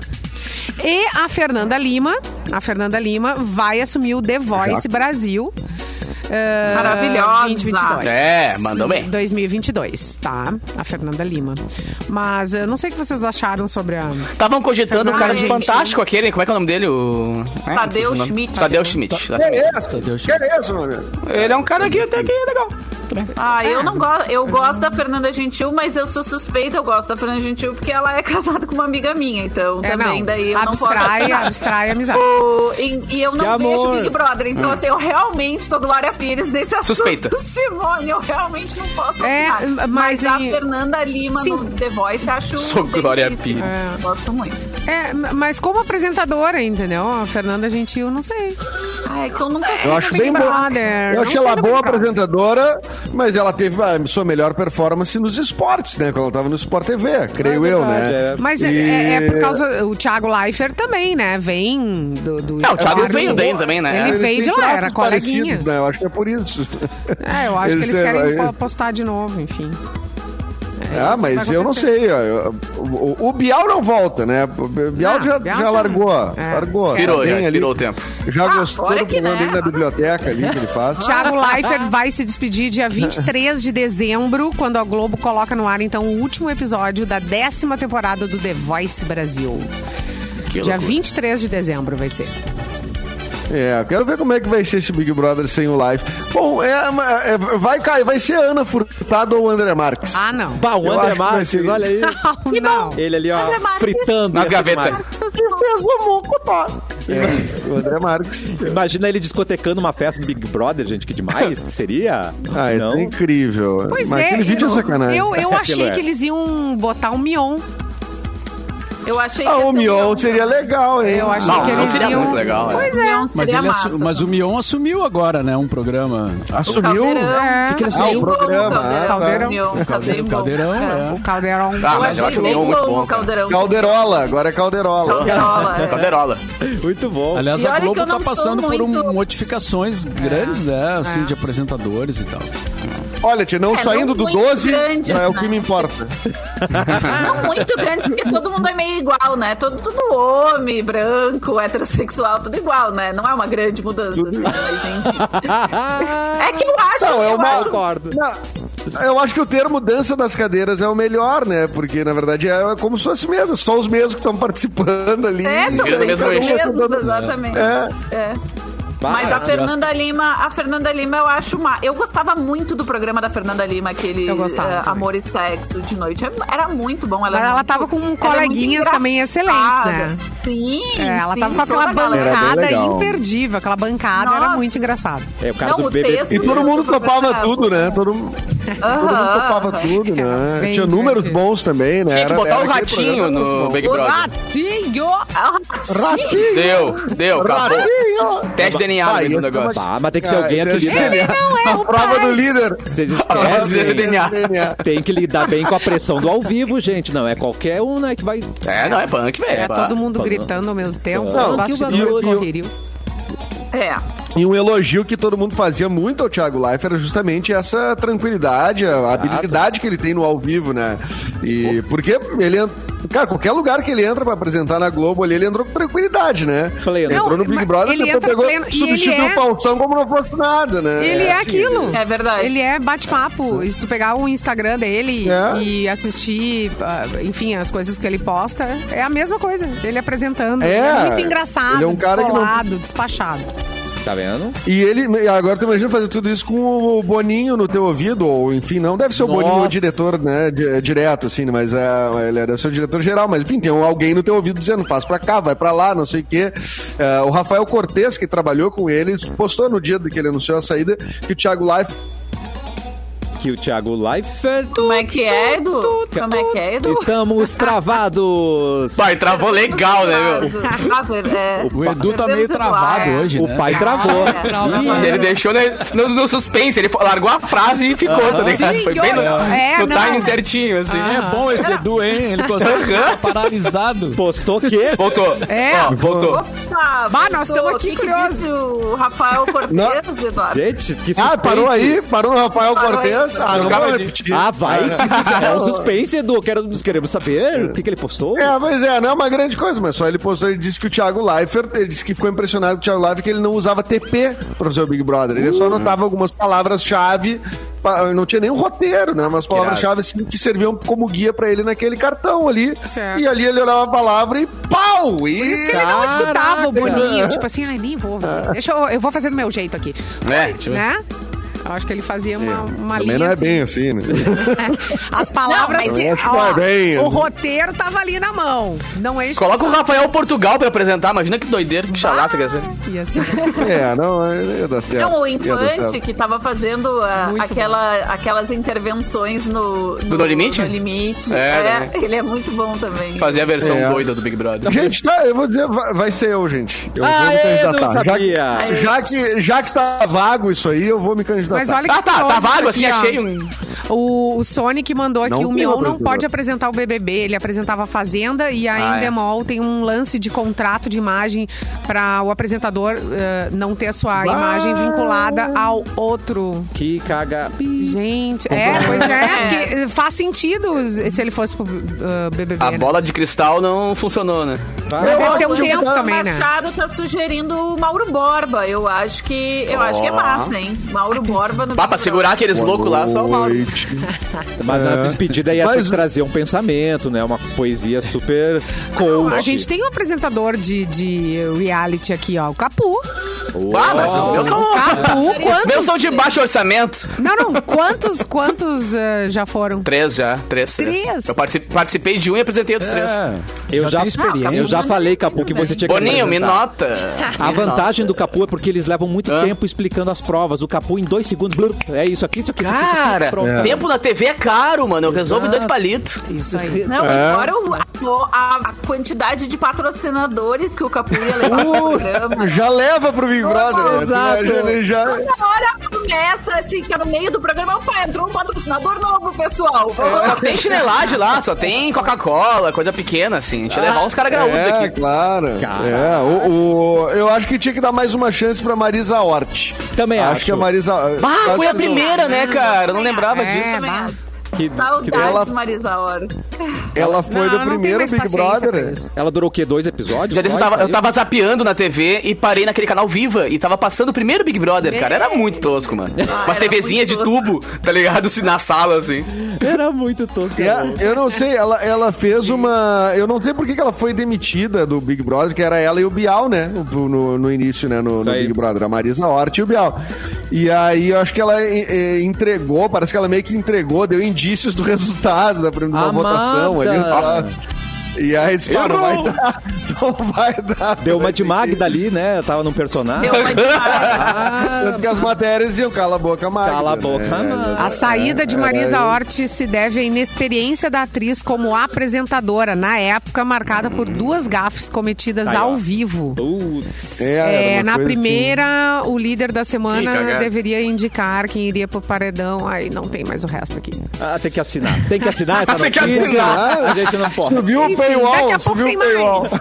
E a Fernanda Lima, a Fernanda Lima vai assumir o The Voice Brasil. eh,
Maravilhosa.
2022.
É, mandou bem.
2022, tá? A Fernanda Lima. Mas eu não sei o que vocês acharam sobre a.
Estavam cogitando o cara de
Ai,
fantástico aquele, como é que é o nome dele? O... é,
Tadeu
não sei o nome.
Schmidt.
Tadeu Schmidt.
Que
exatamente.
é isso? Que é isso, meu amigo?
Ele Tá. é um cara que até que é legal. Tudo bem.
Ah, eu não gosto. Eu gosto da Fernanda Gentil, mas eu sou suspeita, eu gosto da Fernanda Gentil porque ela é casada com uma amiga minha, então
É,
também
não.
daí eu
abstrai,
não posso.
abstrai a amizade.
O- E, e eu não
Que
vejo
amor.
Big Brother, então assim, eu realmente tô Glória Pires nesse assunto.
Suspeita.
Simone, eu realmente não posso
É,
opinar.
mas
a
em-
Fernanda Lima
Sim.
no The Voice acho.
Sou Glória
delícia.
Pires.
Gosto muito.
É, mas como apresentadora, entendeu? A Fernanda Gentil, não sei.
Ai, Ah, é que eu nunca sei.
Eu acho
Big
bem boa.
Brother.
Eu
Não
achei
sei do
ela boa
Big Brother.
apresentadora, mas ela teve a sua melhor performance nos esportes, né? Quando ela tava no Sport TV, creio eu,
verdade,
né?
é.
Mas é-
E-
é, é por causa. O Thiago Leifert também, né? Vem do. do
É, o Thiago
esporte.
veio bem também, né?
Ele,
Eles
veio de
têm
lá, era
traços
coleguinha.
parecidos, Né? Eu acho que é por isso.
É, eu acho que eles
têm-
querem
eles-
postar de novo, enfim. É
Ah,
isso que
mas
vai
eu não
acontecer.
sei. ó, eu- O, o Bial não volta, né? O Bial
Não,
já,
Bial
já
já-
largou.
é,
largou.
Expirou,
Tá
já
bem ali.
expirou o tempo.
Já
Ah,
gostou
olha
do
que,
comando
né?
dele na biblioteca ali que ele faz.
Tiago Leifert vai se despedir dia 23 de dezembro, quando a Globo coloca no ar, então, o último episódio da décima temporada do The Voice Brasil.
Que
Dia
loucura.
23 de dezembro vai ser.
É, eu quero ver como é que vai ser esse Big Brother sem o live. Bom, é, uma- é- vai cair, vai ser Ana Furtado ou André Marques.
Ah, não.
Bah, o
Eu
André
acho que vai
Marques,
ser-
olha aí.
Que não.
Ele ali, ó,
André Marques.
fritando.
Nas
essa
gavetas.
demais.
É, o André Marques.
Imagina ele discotecando uma festa do Big Brother, gente, que demais. Que seria?
Ah, é
não.
incrível.
Pois
Mas
é.
aquele vídeo
eu,
é sacanagem.
Eu, eu achei
é.
que eles iam botar o Mion.
Eu achei
Ah,
que esse
o
é
Mion seria legal, hein?
Eu achei
Não,
que
não
eles
seria
iam...
muito legal, é.
Pois
O
é.
Mion
Mas,
seria
ele assu-
massa.
mas o Mion assumiu agora, né? Um programa.
Assumiu?
É.
que
ele
ah, o
assumiu? Ah, programa,
um Caldeirão.
ah, tá.
Mion, Caldeirão.
Caldeirão, Caldeirão,
É.
é.
O Caldeirão.
Ah,
Eu
mas eu
achei
acho o
bem
Mion
bom
muito
o
bom. cara.
Caldeirão.
Calderola, agora é Calderola.
Calderola, é.
Calderola.
Muito bom.
Aliás,
E
a
olha que
Globo
eu
tá
não sou
passando por um-
muito- É.
modificações grandes, né? Assim, de apresentadores e tal.
Olha, tia, não
É,
saindo
não
do
muito
12,
grande,
não é o
né?
que me importa.
Não muito grande, porque todo mundo é meio igual, né? Todo, tudo homem, branco, heterossexual, tudo igual, né? Não é uma grande mudança, assim, mas enfim. É que eu acho,
Não, é
eu
uma-
acho.
Ah, Concordo.
Não, Eu acho que o termo dança das cadeiras é o melhor, né? Porque, na verdade, é como se fosse mesmo. Só os mesmos que estão participando ali.
É, são
Vira
os
do mesmo
mesmos, assim.
eixo.
exatamente.
É.
É. Mas a Fernanda Lima, a Fernanda Lima, eu acho uma. Eu gostava muito do programa da Fernanda Lima, aquele
Eu gostava
eh,
também.
Amor e Sexo de noite. É, Era muito bom. Ela,
Mas
é
ela
muito-
tava com
ela é muito
coleguinhas também excelentes, né?
engraçada. Sim,
É, ela
sim,
tava com aquela
toda a galera.
Era
bancada
bem legal.
imperdível. Aquela bancada era
Nossa.
muito engraçada.
É o cara
Não,
do
o
BBB.
texto-
E todo mundo
Tudo
topava
programado.
tudo, né? Todo, mundo- todo mundo
Aham,
topava
aham.
tudo, né?
Era bem
Tinha números
divertido.
bons também, né?
Tinha que
Era-
botar
era
o
aquele
ratinho
programa
no
muito bom. né?
Big
O
Brother.
ratinho! Ah, ratinho!
Deu, deu, acabou.
Ratinho!
Teste DNA no
Ah,
meio do
eu tô
negócio.
Ah, Tá, mas tem que ser
Ah,
alguém que
teste
lida.
DNA.
Não, é
A
o
prova
pai.
do líder.
Vocês
é
Teste
esquecem.
DNA.
Tem que lidar bem com a pressão do ao vivo, gente. Não é qualquer um, né, que vai.
É, não, é punk, velho.
É
Bah.
todo mundo
Falando.
gritando ao mesmo tempo.
Não,
os
e
bastidores,
o- e o-
correrio.
É.
E um elogio que todo mundo fazia muito ao Thiago Life era justamente essa tranquilidade, a habilidade que ele tem no ao vivo, né? E porque ele. en- Cara, qualquer lugar que ele entra pra apresentar na Globo ali, ele entrou com tranquilidade, né?
Pleno.
Entrou
Não,
no Big
mas
Brother,
ele
depois
entra
pegou,
pleno, e
substituiu
ele é-
o Faustão como não fosse nada, né?
Ele é
assim,
aquilo.
É verdade.
Ele é bate-papo. E Se tu pegar o Instagram dele
É.
e assistir, ah, enfim, as coisas que ele posta, é a mesma coisa. Ele apresentando.
É.
muito engraçado,
Ele é um cara que não-
descolado, despachado.
Tá vendo?
E ele, agora tu imagina fazer tudo isso com o Boninho no teu ouvido, ou enfim, não deve ser o
Nossa.
Boninho o diretor, né, di- direto, assim, mas é, ele deve ser o diretor geral, mas enfim, tem um- alguém no teu ouvido dizendo, faz pra cá, vai pra lá, não sei o quê. É, o Rafael Cortez, que trabalhou com ele, postou no dia que ele anunciou a saída, que o Thiago Life
Que o Thiago Leifert.
Como é que é, Edu? Como é que é, Edu?
Estamos travados.
Pai, travou legal, né, meu?
Ah, ver- é.
O Edu tá meio
Perdemos o
travado
ar.
hoje, né?
O pai travou.
Ah, é.
Travou.
Ih,
Ele deixou né, no, no suspense, ele largou a frase e ficou, tá ligado? Foi bem no,
É,
no
não. Ah,
timing certinho, assim.
É bom esse Edu, hein? Ele consegue ficar paralisado.
Postou que.
Voltou.
É.
Ó, voltou.
Opa,
Bah, nós
voltou.
estamos aqui
O que que
curiosos.
disse o Rafael Cortez, Eduardo.
Gente, que suspense.
Ah, parou aí, parou no Rafael
Parou
Cortez.
aí.
Ah, não
Trocava
vou
de-
repetir.
Ah, vai. Que suspense. É um suspense, Edu. Quero, nós queremos saber o que, que ele postou.
É, mas é, não é uma grande coisa, mas só ele postou, ele disse que o Thiago Leifert, ele disse que ficou impressionado com o Thiago Leifert que ele não usava TP pra fazer o Big Brother. Ele só anotava algumas palavras-chave, pa- não tinha nem um roteiro, né? Umas palavras-chave assim, que serviam como guia pra ele naquele cartão ali.
Certo.
E ali ele olhava a palavra e pau! E
Por isso que ele não escutava o Boninho. Tipo assim, ai, nem vou. velho. Deixa eu, eu vou fazer do meu jeito aqui.
É, deixa eu ver.
Né? Eu acho que ele fazia uma, uma
Também
linha.
não é
assim.
bem assim, né?
As palavras
Não, mas
que.
eu acho que não é bem,
o
assim.
roteiro tava ali na mão. Não é enche.
Coloca o
saco.
Rafael Portugal pra apresentar, imagina que doideira, que chalaça que ia ser.
E assim.
é, não, é, é da certo.
Não, o
ia dar certo.
um Infante que tava fazendo ah,
Muito
aquela, aquelas intervenções no, no
No Limite?
No Limite.
É,
É,
né?
Ele é muito bom também.
Fazer a versão
É.
doida do Big Brother.
Gente, tá, eu vou dizer, vai, vai ser eu, gente. Eu vou
Aê,
me
não
candidatar. Já que-
Ah, sabia.
Já, que, já que tá vago isso aí, eu vou me candidatar.
Mas olha que
Ah, tá, tá
curioso
vago
aqui,
assim,
ó.
achei um.
O, o Sonic mandou aqui,
Não
o
tem
Mion não
apresentador.
pode apresentar o BBB, ele apresentava a Fazenda e a
Ah, é.
Endemol tem um lance de contrato de imagem para o apresentador eh, não ter a sua imagem vinculada ao outro.
Que caga.
Gente, é, pois é, porque eh, faz sentido se ele fosse pro eh, BBB.
A
né?
bola de cristal não funcionou, né?
Eu
Deve ter
acho
um
que
tempo
tá-
também,
O
né?
Machado tá sugerindo o Mauro Borba. Eu acho que. Eu acho que é
Ó.
massa, hein? Mauro Borba no
Bah, pra
Big
segurar aqueles loucos lá, só o Mauro.
Noite.
Mas na despedida ia
É. Mas-
ter que trazer um pensamento, né? Uma poesia super coach.
A gente tem um apresentador de, de reality aqui, ó, o Capu.
Ah, mas os meus são.
Capu,
Os meus
quantos?
são de baixo orçamento.
Não, não, quantos, quantos eh, já foram?
Três já. Três, três.
Três?
Eu participei, participei de um e apresentei outros três.
eu É. já,
já-
tenho experiência.
Eu já falei, Capu, que você tinha É. que
Boninho, me
apresentar.
nota.
A
Me
vantagem do
nota.
Capu é porque eles levam muito
Hã?
tempo explicando as provas. O Capu, em dois segundos, blur, é isso aqui, isso aqui, isso aqui. isso aqui,
Ah!
Cara,
pronto.
tempo na TV é caro, mano. Eu resolvo em dois palitos.
Isso aí.
Não,
É.
e fora o- a- a, a quantidade de patrocinadores que o Capu ia levar pro
Uh!
programa.
Já leva pro Big Brother. né?
exato.
Já- já-
Na hora começa, assim, que é no meio do programa, opa, entrou um patrocinador novo, pessoal.
Só tem chinelagem lá, só tem Coca-Cola, coisa pequena, assim. A gente ia levar uns caras graúdos
É,
aqui.
claro.
Cara.
É, o, o- eu acho que tinha que dar mais uma chance pra Marisa Hort.
Também
acho.
acho.
que a Marisa...
Bah, foi a
Não.
primeira, né, cara? Eu não lembrava
É,
disso.
bah.
Que- que
Saudades,
dela-
Marisa Hora.
Ela foi
Não, eu
do
não
primeiro
tenho mais
Big
paciência
Brother.
pra isso.
Ela durou o quê? Dois episódios?
Já disse, eu
Só,
tava, eu
saiu?
tava zapeando na TV e parei naquele canal Viva e tava passando o primeiro Big Brother, cara. Era muito tosco, mano. Umas
era
TVzinhas de
muito
tubo, tá ligado? Assim, na sala, assim.
Era muito tosco.
É, eu não sei, ela, ela fez uma. Eu não sei por que que ela foi demitida do Big Brother, que era ela e o Bial, né? No, no- no início, né? No,
Isso
no
aí.
Big Brother. A Marisa Hort e o Bial. E aí eu acho que ela eh, eh, entregou, parece que ela meio que entregou, deu indícios do resultado da primeira
Amada.
votação ali. tá?
Nossa.
E aí disse, pá, não vai
Errou.
dar. Não vai dar.
Deu uma de
Vai ter que-
Magda ali, né? Tava num personagem.
Deu uma de cara.
Ah,
Tanto que as matérias iam, cala a boca, Magda.
Cala a boca,
né?
Magda.
A saída de Marisa Hort se deve à inexperiência da atriz como apresentadora, na época marcada por duas gafes cometidas
Tá aí, ó.
ao vivo.
putz.
era
É,
uma
na
coisa assim.
primeira, o líder da
Ih,
semana
cagada.
deveria indicar quem iria pro paredão. Aí não tem mais o resto aqui.
Ah, tem que assinar. Tem que assinar essa
Tem que
notícia.
assinar.
A gente não pode.
Subiu o
Enfim, daqui a
paywall,
pouco
subiu
tem
o paywall.
mais.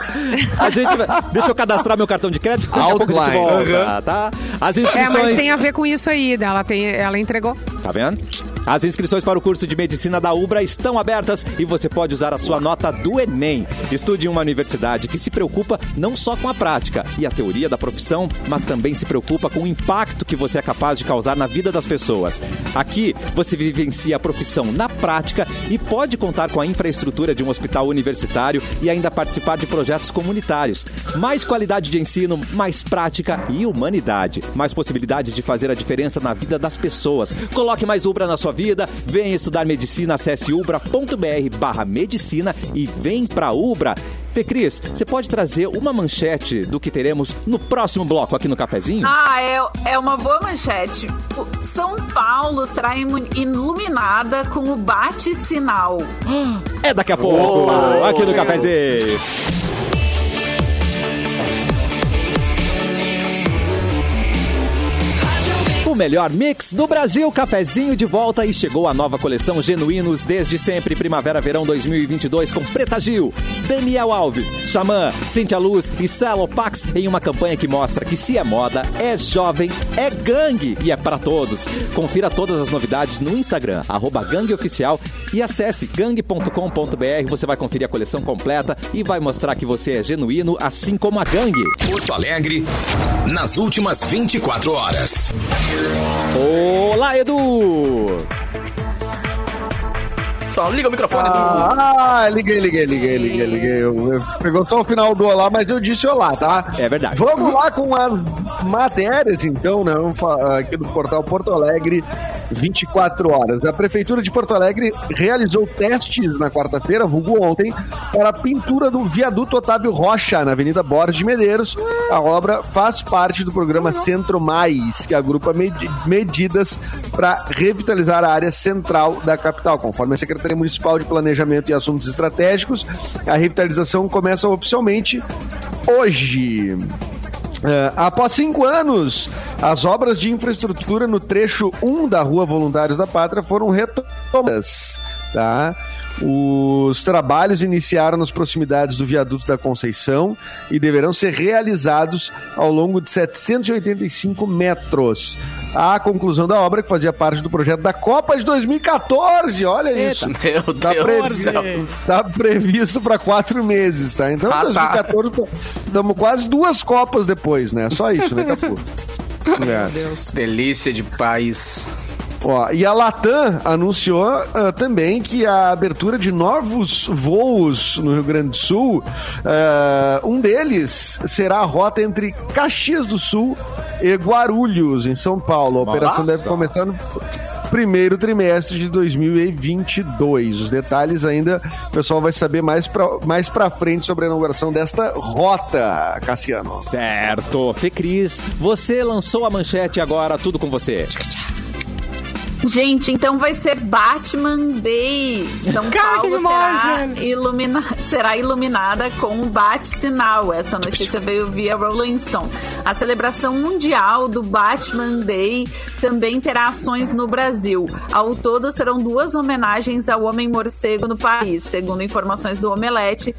A gente vai... Deixa eu cadastrar meu cartão de crédito. Daqui a pouco a gente
Outline.
volta, tá? As
É,
inscrições...
mas tem a ver com isso aí. Ela, tem, ela entregou.
Tá vendo? As inscrições para o curso de medicina da Ubra estão abertas e você pode usar a sua nota do Enem. Estude em uma universidade que se preocupa não só com a prática e a teoria da profissão, mas também se preocupa com o impacto que você é capaz de causar na vida das pessoas. Aqui, você vivencia a profissão na prática e pode contar com a infraestrutura de um hospital universitário e ainda participar de projetos comunitários. Mais qualidade de ensino, mais prática e humanidade. Mais possibilidades de fazer a diferença na vida das pessoas. Coloque mais Ubra na sua vida. Venha estudar medicina. Acesse ubra.br barra medicina e vem pra Ubra. Fê Cris, você pode trazer uma manchete do que teremos no próximo bloco aqui no Cafezinho?
Ah, é, é uma boa manchete. O São Paulo será imu- iluminada com o bate-sinal.
É daqui a pouco, aqui no Cafezinho. O melhor mix do Brasil, cafezinho de volta e chegou a nova coleção Genuínos desde sempre, primavera-verão 2022 com Preta Gil, Daniel Alves, Xamã, Cintia Luz e Celo Pax em uma campanha que mostra que se é moda, é jovem, é gangue e é para todos. Confira todas as novidades no Instagram, arroba gangueoficial e acesse gangue.com.br, você vai conferir a coleção completa e vai mostrar que você é genuíno, assim como a gangue.
Porto Alegre, nas últimas 24 horas.
Olá, Edu!
Só liga o microfone do.
Ah, liguei, liguei, liguei, liguei, liguei. Eu- eu- pegou só o final do olá, mas eu disse olá, tá?
É verdade.
Vamos lá com as matérias, então, né? Vamos falar aqui do portal Porto Alegre, 24 horas. A Prefeitura de Porto Alegre realizou testes na quarta-feira, vulgo ontem, para a pintura do viaduto Otávio Rocha, na Avenida Borges de Medeiros. A obra faz parte do programa Centro Mais, que agrupa medi- medidas para revitalizar a área central da capital. Conforme a Secretaria Municipal de Planejamento e Assuntos Estratégicos, a revitalização começa oficialmente hoje. É, após cinco anos, as obras de infraestrutura no trecho 1 da Rua Voluntários da Pátria foram retomadas. Tá? Os trabalhos iniciaram nas proximidades do viaduto da Conceição e deverão ser realizados ao longo de 785 metros. A conclusão da obra, que fazia parte do projeto da Copa de 2014, olha isso.
Meu
Tá,
Deus do
previ-
céu.
tá previsto para quatro meses, tá? Então,
Ah, tá.
2014, estamos quase duas Copas depois, né? Só isso, né, Capu? É.
Delícia de país.
Ó, e a Latam anunciou ah, também que a abertura de novos voos no Rio Grande do Sul, ah, um deles será a rota entre Caxias do Sul e Guarulhos, em São Paulo. A operação deve começar no primeiro trimestre de 2022. Os detalhes ainda o pessoal vai saber mais pra, mais pra frente sobre a inauguração desta rota, Cassiano.
Certo. Fê Cris, você lançou a manchete agora, tudo com você.
Gente, então vai ser Batman Day. São
Cara, que
Paulo
demais,
terá ilumina... será iluminada com o Bat-sinal. Essa notícia veio via Rolling Stone. A celebração mundial do Batman Day também terá ações no Brasil. Ao todo, serão duas homenagens ao Homem-Morcego no país, segundo informações do Omelete.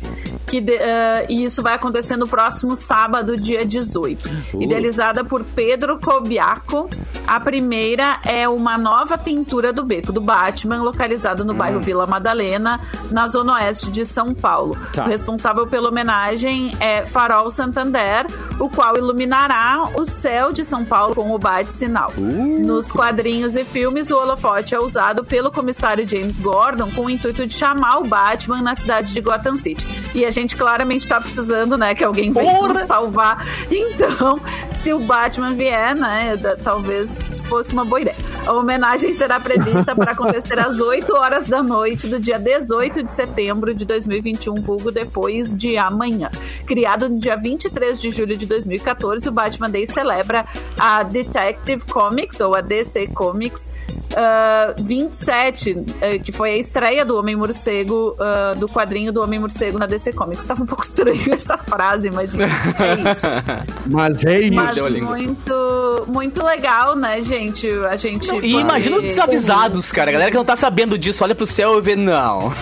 Que de- eh, e isso vai acontecer no próximo sábado, dia 18. Idealizada por Pedro Cobiaco, a primeira é uma nova pintura do beco do Batman, localizado no bairro Vila Madalena, na zona oeste de São Paulo.
Tá.
O responsável pela homenagem é Farol Santander, o qual iluminará o céu de São Paulo com o bate-sinal. Nos quadrinhos e filmes, o holofote é usado pelo comissário James Gordon com o intuito de chamar o Batman na cidade de Gotham City. E a gente claramente tá precisando, né, que alguém venha nos salvar. Então, se o Batman vier, né, da- talvez fosse uma boa ideia. A homenagem será prevista para acontecer às 8 horas da noite do dia 18 de setembro de 2021, vulgo depois de amanhã. Criado no dia 23 de julho de 2014, o Batman Day celebra a Detective Comics, ou a DC Comics, ah, 27, eh, que foi a estreia do Homem-Morcego, ah, do quadrinho do Homem-Morcego na DC Comics. Tava um pouco estranho essa frase, mas enfim, é isso.
Mas é isso.
Mas
Deu a língua.
muito, muito legal, né, gente? A gente.
E
vai-
imagina os desavisados, cara. A galera que não tá sabendo disso, olha pro céu e vê, não.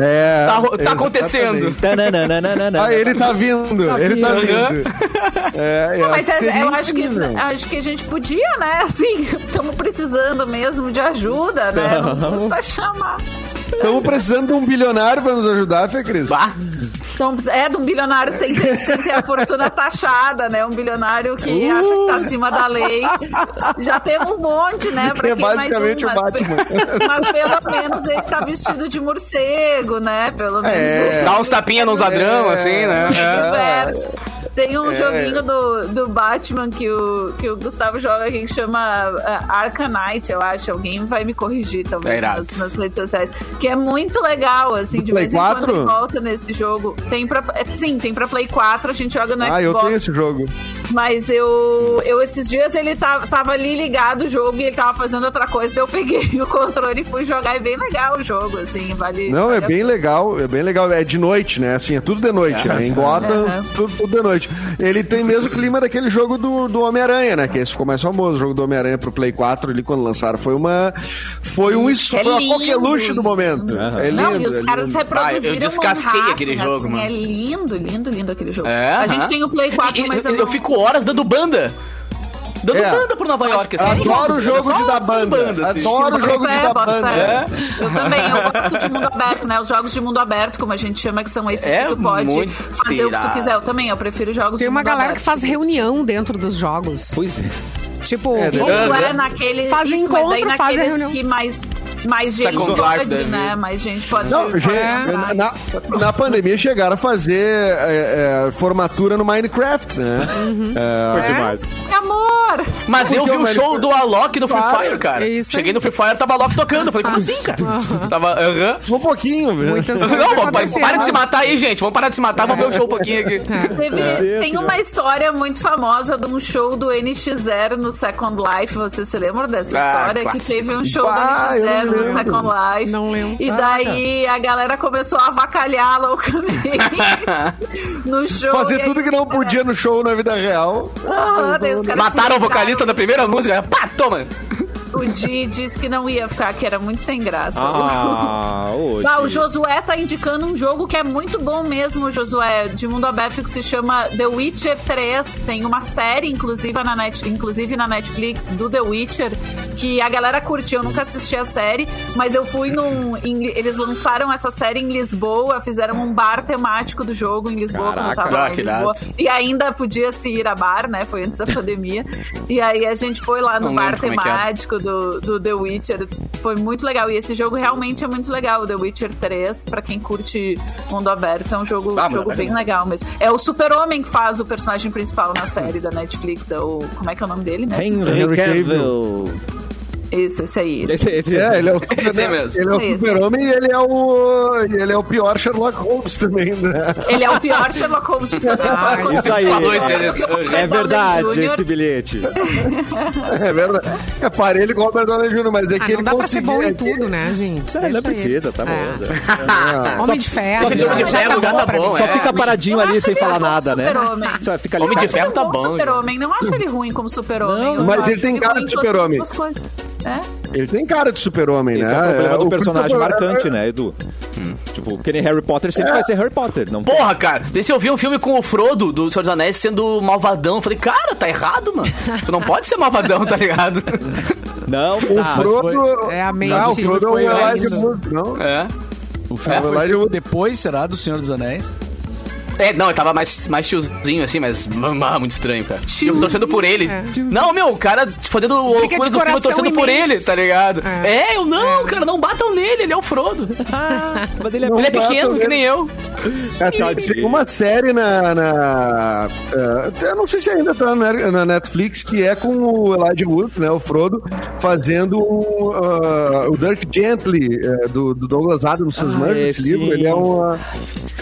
É,
Tá, ro- tá
exatamente.
acontecendo.
Tananana.
Ah, ele tá vindo, ele tá
vindo.
vindo. É, é,
Mas é-
seria
eu acho que,
incrível.
acho que a gente podia, né? Assim, estamos precisando mesmo de ajuda, né? Não custa chamar.
Estamos precisando de um bilionário pra nos ajudar, Fê Cris.
Bah.
Então, é de um bilionário sem ter, sem ter a fortuna taxada, né? Um bilionário que
Uh!
acha que tá acima da lei. Já temos um monte, né?
Que é
quem mais
basicamente o
mas-
Batman.
Mas pelo menos ele está vestido de morcego, né? Pelo menos.
É.
o-
Dá uns tapinha nos ladrão,
É.
assim, né? É.
Diverte. Tem um
É.
joguinho do, do Batman que o, que o Gustavo joga aqui que chama ah, Arcanite, eu acho. Alguém vai me corrigir,
É
talvez,
irado.
nas, nas redes sociais. Que é muito legal, assim, de
Play
vez em quando
4?
ele volta nesse jogo. Tem pra, é, sim, tem pra Play 4, a gente joga no
Ah, eu tenho
Xbox.
esse jogo.
Mas eu, eu esses dias ele tava, tava ali ligado o jogo e ele tava fazendo outra coisa. Então eu peguei o controle e fui jogar. É bem legal o jogo, assim, vale.
Não, é
vale a
bem legal, é bem legal. É de noite, né? Assim, é tudo de noite, né? Em Gotham,
É.
tudo, tudo de noite. Ele tem mesmo o clima daquele jogo do, do Homem-Aranha, né? Que esse ficou mais famoso, o jogo do Homem-Aranha pro Play 4 ali quando lançaram. Foi uma. Foi um isso,
é
foi uma
lindo.
coqueluche do momento. É lindo.
Não, e os
é
caras
lindo.
reproduziram
Ah, eu descasquei
Manhattan,
aquele jogo,
assim,
mano.
É lindo, lindo, lindo aquele jogo.
É,
a
aham.
gente tem o Play 4,
E- e-
mas
eu,
eu, não-
fico horas dando banda. Dando
É.
banda pro Nova York, assim.
Adoro o jogo de dar banda.
assim.
Adoro o
Tipo,
jogo de
Fé,
dar
bota
banda.
é,
é.
né?
fé. Eu também, eu gosto de mundo aberto, né? Os jogos de mundo aberto, como a gente chama, que são esses
É
que tu pode
muito
fazer o que tu
irado.
quiser. Eu também, eu prefiro jogos
Tem
de
uma
mundo
galera
aberto.
que faz reunião dentro dos jogos.
é um Pois é.
Tipo,
É,
Ou
pintura.
tu é naquele,
Faz
isso, mas daí
encontro, faz
naqueles
reunião.
que mais, mais gente
Second Life
pode,
deve-
né? Mais gente pode... É.
Não,
Tipo,
pode-
gente,
é.
pode-
na, na pandemia chegaram a fazer é, é, formatura no Minecraft, né?
Uhum.
É,
demais.
Amor!
Mas eu
Porque é
vi
o
o
Mario-
show do Alok no Free
Claro.
Fire, cara.
É isso aí.
Cheguei no Free Fire, tava Alok tocando. Falei, como assim, cara? Tava, aham.
um pouquinho, velho.
Muitas coisas
Não, pa- pa-
aconteceram.
para de se matar aí, gente. Vamos parar de se matar, vamos ver o show um pouquinho aqui.
Teve-
É.
tem uma história muito famosa de um show do NX0 no Second Life. Vocês se lembram dessa
Ah,
história?
clássico.
Que teve um show
Ah,
do NX0
eu não
no
lembro.
Second Life.
Não lembro.
E daí a galera começou a avacalhar loucamente no show.
Fazer
E aí-
tudo que não podia no show na vida real.
Ah, daí os caras
Mataram o
se
vocalista da primeira música. né? Pá, toma.
O Di disse que não ia ficar, que era muito sem graça.
Ah, hoje.
Ah, o Josué tá indicando um jogo que é muito bom mesmo, Josué, de mundo aberto que se chama The Witcher 3. Tem uma série, inclusive na, Net- inclusive na Netflix, do The Witcher, que a galera curtiu. Eu nunca assisti a série, mas eu fui num. em- eles lançaram essa série em Lisboa, fizeram um bar temático do jogo em Lisboa, quando eu
Caraca,
tava lá em
Ah, que
Lisboa.
irado.
E ainda podia se ir a bar, né? Foi antes da pandemia. E aí a gente foi lá no
Não
bar
lembro como é que era.
temático do, do The Witcher. Foi muito legal. E esse jogo realmente é muito legal. O The Witcher 3, pra quem curte mundo aberto, é um jogo,
Ah,
jogo
mano,
bem
é-
legal mesmo. É o super-homem que faz o personagem principal na série da Netflix. É o, como é que é o nome dele mesmo?
Henry
Henry
Cavill.
Isso, esse aí. Esse.
Esse, esse-
É, ele é o
Esse é
super-homem
mesmo.
ele é o
Esse,
super-homem e ele é o. e Ele é o pior Sherlock Holmes também, né?
Ele é o pior Sherlock Holmes de todos.
Ah, isso aí.
Falou isso aí, né?
É verdade
Júnior.
esse bilhete.
É verdade. É parelho igual o Robert Downey Jr., mas é
Ah,
que ele
não dá pra ser bom
conseguia-
em
é que-
tudo, né, gente?
É,
Não,
Deixa
não
aí.
precisa, tá
É.
bom.
Homem de ferro.
só que
já-
Homem de
já tá
Ferro já
bom
tá
pra
bom,
mim.
é.
Só fica paradinho
Eu
ali
acho
sem
ele
falar
bom
nada, né?
super-homem.
Só fica ali.
Homem de
parado.
ferro
Ele é
tá
um
bom.
super-homem, não acho ele ruim como super-homem. Eu
mas
acho
ele tem cara
ruim
de
em todas
super-homem.
as coisas. É?
Ele tem cara de super-homem, né?
Esse é o problema do
Christopher-
personagem marcante, né, Edu? Tipo, que nem Harry Potter sempre vai ser Harry Potter. Não tem.
Porra, cara, desse eu vi um filme com o Frodo do Senhor dos Anéis sendo malvadão. Eu Falei, cara, tá errado, mano. Tu não pode ser malvadão, tá ligado?
Não,
O
tá.
Frodo.
É a mente
Não, o Frodo é o
foi
Elijah
horrendo.
Wood, não?
É.
O filme
É,
foi
verdade,
feito
eu-
depois, será, do Senhor dos Anéis?
É, não, eu tava mais, mais tiozinho assim, mas ah, muito estranho, cara. E eu torcendo por ele.
É.
Não, meu, o cara fazendo
de
loucuras do filme, eu
coração
torcendo por
imenso.
ele, tá ligado?
É.
É, eu não, cara, não batam nele, ele é o Frodo.
Mas ele é
Não
Ele é
batam
pequeno,
nele.
que nem eu.
É, tá, tem uma série na. na eh, eu não sei se ainda tá na na Netflix, que é com o Elijah Wood, né? O Frodo, fazendo um, ah, o Dirk Gently, eh, do, do Douglas Adams, vocês
Ah,
manjam esse
sim.
livro. Ele é uma.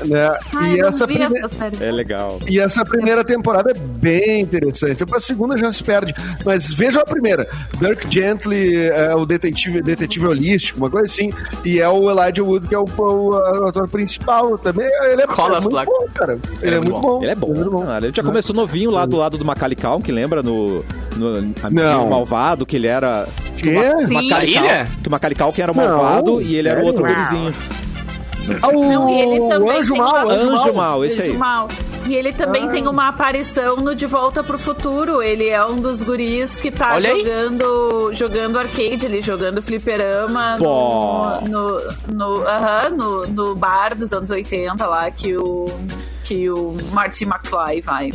né,
Ai,
e,
Ah, eu não
essa
vi
prime-
essa série.
É legal.
e essa primeira temporada é bem interessante. Depois a segunda já se perde. Mas vejam a primeira. Dirk Gently é o detetive, detetive holístico, uma coisa assim. E é o Elijah Wood, que é o, o ator principal também. Ele é,
Cola
ele é
as
muito
placas.
bom, cara. Ele, é, muito bom.
Ele é bom. cara. Ele já começou novinho lá do lado do Macaulay Culkin, que lembra no, no Amigo
Não.
Malvado, que ele era...
Quê?
Sim. Tá né?
Macaulay
Na
Culkin-
ilha?
Que o Macaulay Culkin era o
Não,
malvado e ele era o
sério?
outro gurizinho.
Ah, o,
Não, e ele também
Anjo Ah.
tem
Mal.
uma-
é Anjo Mal, esse aí.
Anjo Mal. E ele também tem uma aparição no De Volta pro Futuro. Ele é um dos guris que tá
Olha aí.
jogando, jogando arcade, ele jogando fliperama
Pô.
no, no, no, aham, no- no bar dos anos 80 lá que o, que o Martin McFly vai.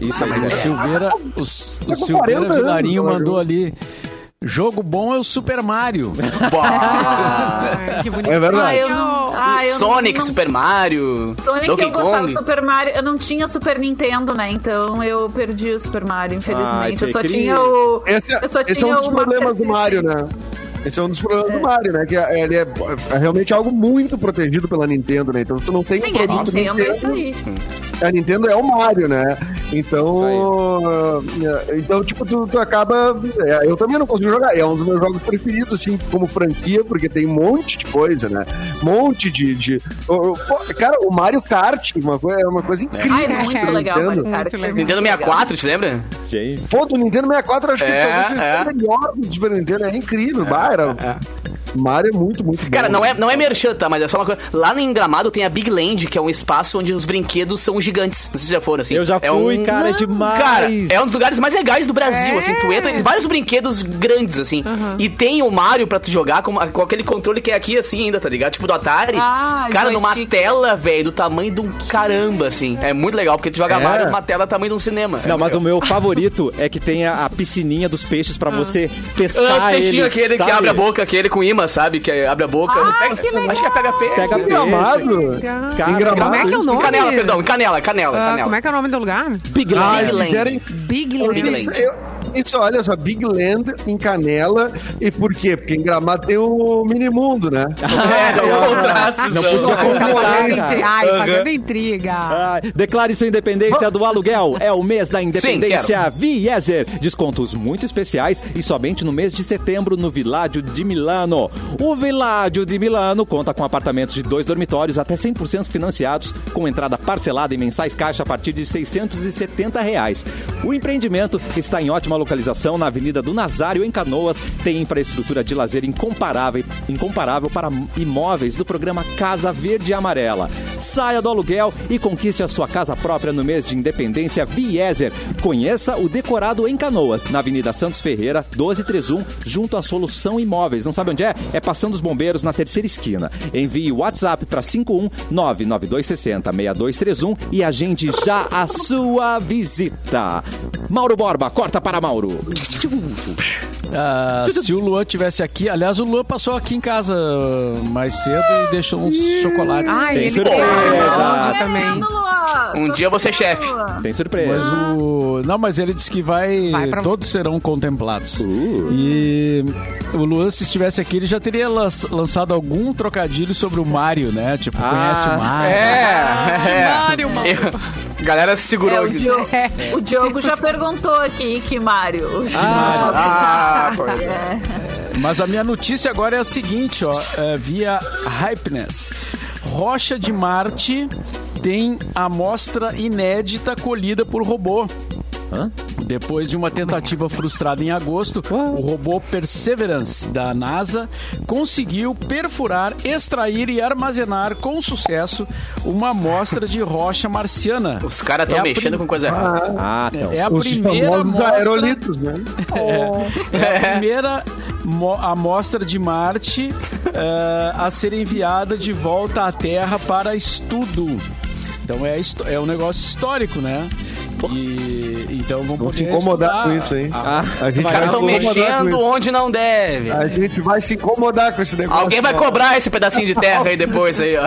Isso é
Ah,
É.
aí.
é
O Silveira,
Ah,
o,
tá
o Silveira
40 anos,
Vilarinho
eu
mandou
acho.
ali. Jogo bom é o Super Mario.
Ai, que bonito.
É verdade.
eu não- ah, eu não-
Sonic,
não-
Super Mario,
Sonic
Donkey
eu gostava
Kong.
do Super Mario. Eu não tinha Super Nintendo, né? Então eu perdi o Super Mario, infelizmente.
Ai,
eu só
Pecri.
tinha o.
Ah, Esse, é-
eu só
esse é
tinha
um dos
o Master
problemas do
System.
Mario, né? Esse é um dos problemas do Mario, né? Que é- ele é, é realmente algo muito protegido pela Nintendo, né? Então tu não tem
Sim, é
produto
Nintendo, é isso aí.
A Nintendo é o Mario, né? Então. eh, Então, tipo, tu, tu acaba. é, eu também não consigo jogar. É um dos meus jogos preferidos, assim, como franquia, porque tem um monte de coisa, né? Um monte de. de- o- o- pô, cara, o Mario Kart uma coisa, é uma coisa incrível.
Ai, muito
do
legal, é
Nintendo.
Mario Kart.
Muito legal.
Nintendo 64, te lembra?
Gente,
Pô, do Nintendo 64, eu acho que
É,
talvez seja
é.
o melhor do Super Nintendo. É incrível. Bah, era. Mario é muito, muito bom.
Cara, não é, não é merchan, tá? Mas é só uma coisa. Lá em Gramado tem a Big Land, que é um espaço onde os brinquedos são gigantes. Vocês já foram, assim.
Eu já
É
fui, cara, é demais.
Cara, é um dos lugares mais legais do Brasil,
É?
assim. Tu entra em vários brinquedos grandes, assim. E tem o Mario pra tu jogar com, com aquele controle que é aqui, assim, ainda, tá ligado? Tipo do Atari.
Ah,
cara, numa
joystick.
tela, velho, do tamanho de um caramba, assim. É muito legal, porque tu joga
É.
Mario numa tela do tamanho de um cinema.
Não, mas o meu favorito é que tem a, a piscininha dos peixes pra você pescar
Ah, os
eles,
peixinhos, aquele que
sabe?
abre a boca, aquele com imã, sabe? Que abre a boca.
Ah,
Pega-
que legal.
Acho que é PHP.
Pega
Em Gramado.
Legal.
Cara,
Em Gramado,
Como é que é o
isso.
nome?
Canela, perdão, canela, canela,
Ah,
canela.
como é que é o nome do lugar?
Big
Ah,
Land.
Big Land.
fizeram,
Big
Eu
Land.
disse, eu- Isso, olha só, Big Land em Canela. E por quê? Porque em Gramado tem o Minimundo, né?
É, o contraste,
Não
só.
podia comparar,
Ah, Fazendo
cara.
intriga. Ai, fazendo intriga.
Ah, declare sua independência do aluguel. É o mês da independência Vieser. Descontos muito especiais e somente no mês de setembro no Viládio de Milano. O Viládio de Milano conta com apartamentos de dois dormitórios até 100% financiados, com entrada parcelada e mensais caixa a partir de R$ 670 reais. O empreendimento está em ótima localização na Avenida do Nazário, em Canoas. Tem infraestrutura de lazer incomparável, incomparável para imóveis do programa Casa Verde e Amarela. Saia do aluguel e conquiste a sua casa própria no mês de independência Vieser. Conheça o Decorado em Canoas, na Avenida Santos Ferreira, 1231, junto à Solução Imóveis. Não sabe onde é? É passando os bombeiros na terceira esquina. Envie o WhatsApp um, para 51992606231 e agende já a sua visita. Mauro Borba, corta para Mauro.
Ah, se o Luan tivesse aqui, aliás, o Luan passou aqui em casa mais cedo e deixou uns chocolates.
Ai,
Tem
ele tem
surpresa.
áudio
é,
Tá.
Ah, também.
Um dia você é chefe.
Tem surpresa.
Mas o. Não, mas ele disse que vai.
Ah. Vai pra-
Todos serão contemplados. E o Luan, se estivesse aqui, ele já teria lan- lançado algum trocadilho sobre o Mário, né? Tipo,
Ah,
conhece o Mário.
É, é.
Mário, mano.
Eu- Galera se segurou
É, o,
aqui.
Diogo, o Diogo já perguntou aqui que Mário.
Ah, pois é.
Mas a minha notícia agora é a seguinte, ó, é, via Hypeness. Rocha de Marte tem amostra inédita colhida por robô. Depois de uma tentativa frustrada em agosto, o robô Perseverance da NASA conseguiu perfurar, extrair e armazenar com sucesso uma amostra de rocha marciana.
Os caras estão
É a
mexendo
prim-
com coisa errada.
Ah, então.
É a
Os
primeira
famosos
amostra
aerolitos, né?
é a primeira mo- amostra de Marte eh, a ser enviada de volta à Terra para estudo. Então é, histó- é um negócio histórico, né? E, então vamos
Vamos se
poder
incomodar com
estudar.
isso, hein?
Ah,
a gente
Os caras
se
estão
incomodar com
mexendo
isso.
onde não deve.
A gente vai se incomodar com esse negócio.
Alguém vai
cara.
cobrar esse pedacinho de terra aí depois aí, ó.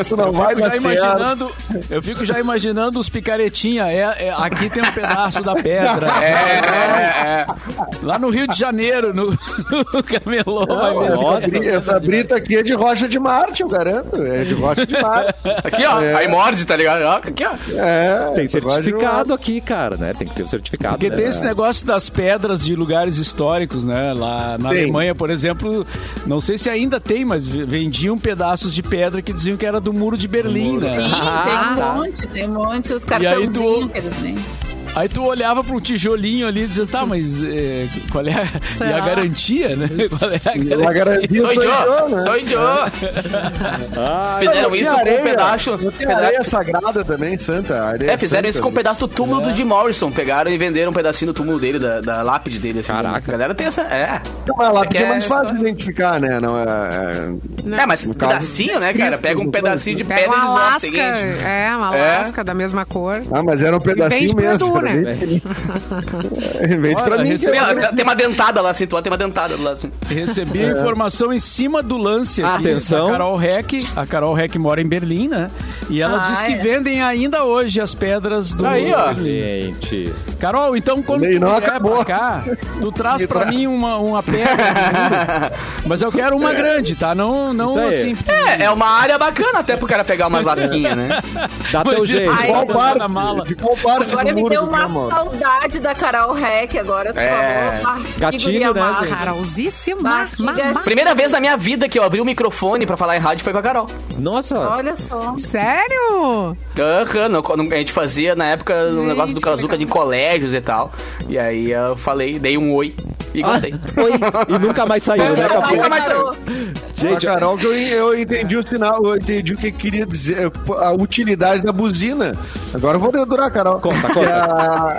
Isso não vai
eu fico
dar
já
certo.
imaginando, eu fico já imaginando os picaretinha. É, é, aqui tem um pedaço da pedra.
É, é, é.
Lá no Rio de Janeiro, no, no Camelô. vai ver.
Essa,
Nossa,
bri- essa brita aqui é de rocha de Marte, eu garanto. É de rocha de Marte.
Aqui, ó.
É.
Aí morde, tá ligado? Ó, Aqui, ó.
É,
Tem
essa rocha de Marte.
certificado aqui, cara, né? Tem que ter o certificado.
Porque
né?
tem esse negócio das pedras de lugares históricos, né? Lá na
Tem.
Alemanha, por exemplo, não sei se ainda tem, mas ve- vendiam pedaços de pedra que diziam que era do Muro de Berlim,
Sim,
né?
Ah,
tem
tá.
um monte, tem um monte. Os
aí tu-
cartãozinhos que eles nem.
Aí tu olhava para um tijolinho ali e dizia, tá, mas é, qual é a, e a
Será?
garantia, né? Qual é a garantia?
Ela garantiu
Sou
o
idiota,
né?
sou idiota.
Ah,
Fizeram
Não, tinha
isso com um pedaço.
Não tinha
pedaço-
areia sagrada também, santa. Areia
É, fizeram
santa,
isso com um
né?
pedaço do túmulo
É.
do Jim Morrison. Pegaram e venderam um pedacinho do túmulo dele, da, da lápide dele. assim.
Caraca.
A galera tem essa. É.
Não, mas lá
Você
porque é
quer
mais fácil de
história?
identificar, né? Não, é, é-
É, mas
caso,
pedacinho, né, cara? Pega um pedacinho de
Né? Pega
pedra
uma
e bota,
lasca.
seguinte.
É, uma
É.
lasca da mesma cor.
Ah, mas era um pedacinho
Vende pra
mesmo.
tu,
cara.
né?
Vende pra
Olha,
mim. que
recebeu-
Tem,
eu-
uma- tem uma dentada lá, assim, tu lá tem uma dentada do lado. assim.
Recebi a informação em cima do lance aqui
Atenção.
da Carol Heck. A Carol Heck mora em Berlim, né? E ela
Ah,
diz que
é.
vendem ainda hoje as pedras do
Aí, ó.
Berlim.
Gente.
Carol, então quando
Lei
tu
não
vier
acabou. Tá.
pra cá, tu traz
Me
pra
tra-
mim uma, uma pedra. duro. mas eu quero
É.
uma grande, tá? Não, não
Isso aí.
assim.
É, é uma área bacana até pro cara pegar umas lasquinhas, né?
Dá teu
Mas-
jeito.
De
Ai,
qual
tô
parte?
na mala.
De qual parte
Agora
do
me
muro
deu
do
uma
Jamal?
saudade da Carol Rec agora. tu
É.
falou, ah, que
Gatilho,
guria
né,
massa.
gente?
Carosíssima.
Bah, que gatinho.
Primeira vez na minha vida que eu abri o microfone pra falar em rádio foi com a Carol.
Nossa.
Olha só.
Sério?
Aham, não- quando a gente fazia na época o
Gente,
negócio do Kazuca de colégios e tal. E aí eu falei, dei um oi e gostei.
E nunca mais saiu, né?
Nunca
Capô?
Nunca mais
Carol.
saiu.
Com a
Gente,
Carol, que eu, eu entendi o sinal, eu entendi o que queria dizer, eh, a utilidade da buzina. Agora eu vou dedurar, a Carol.
Conta,
Que a-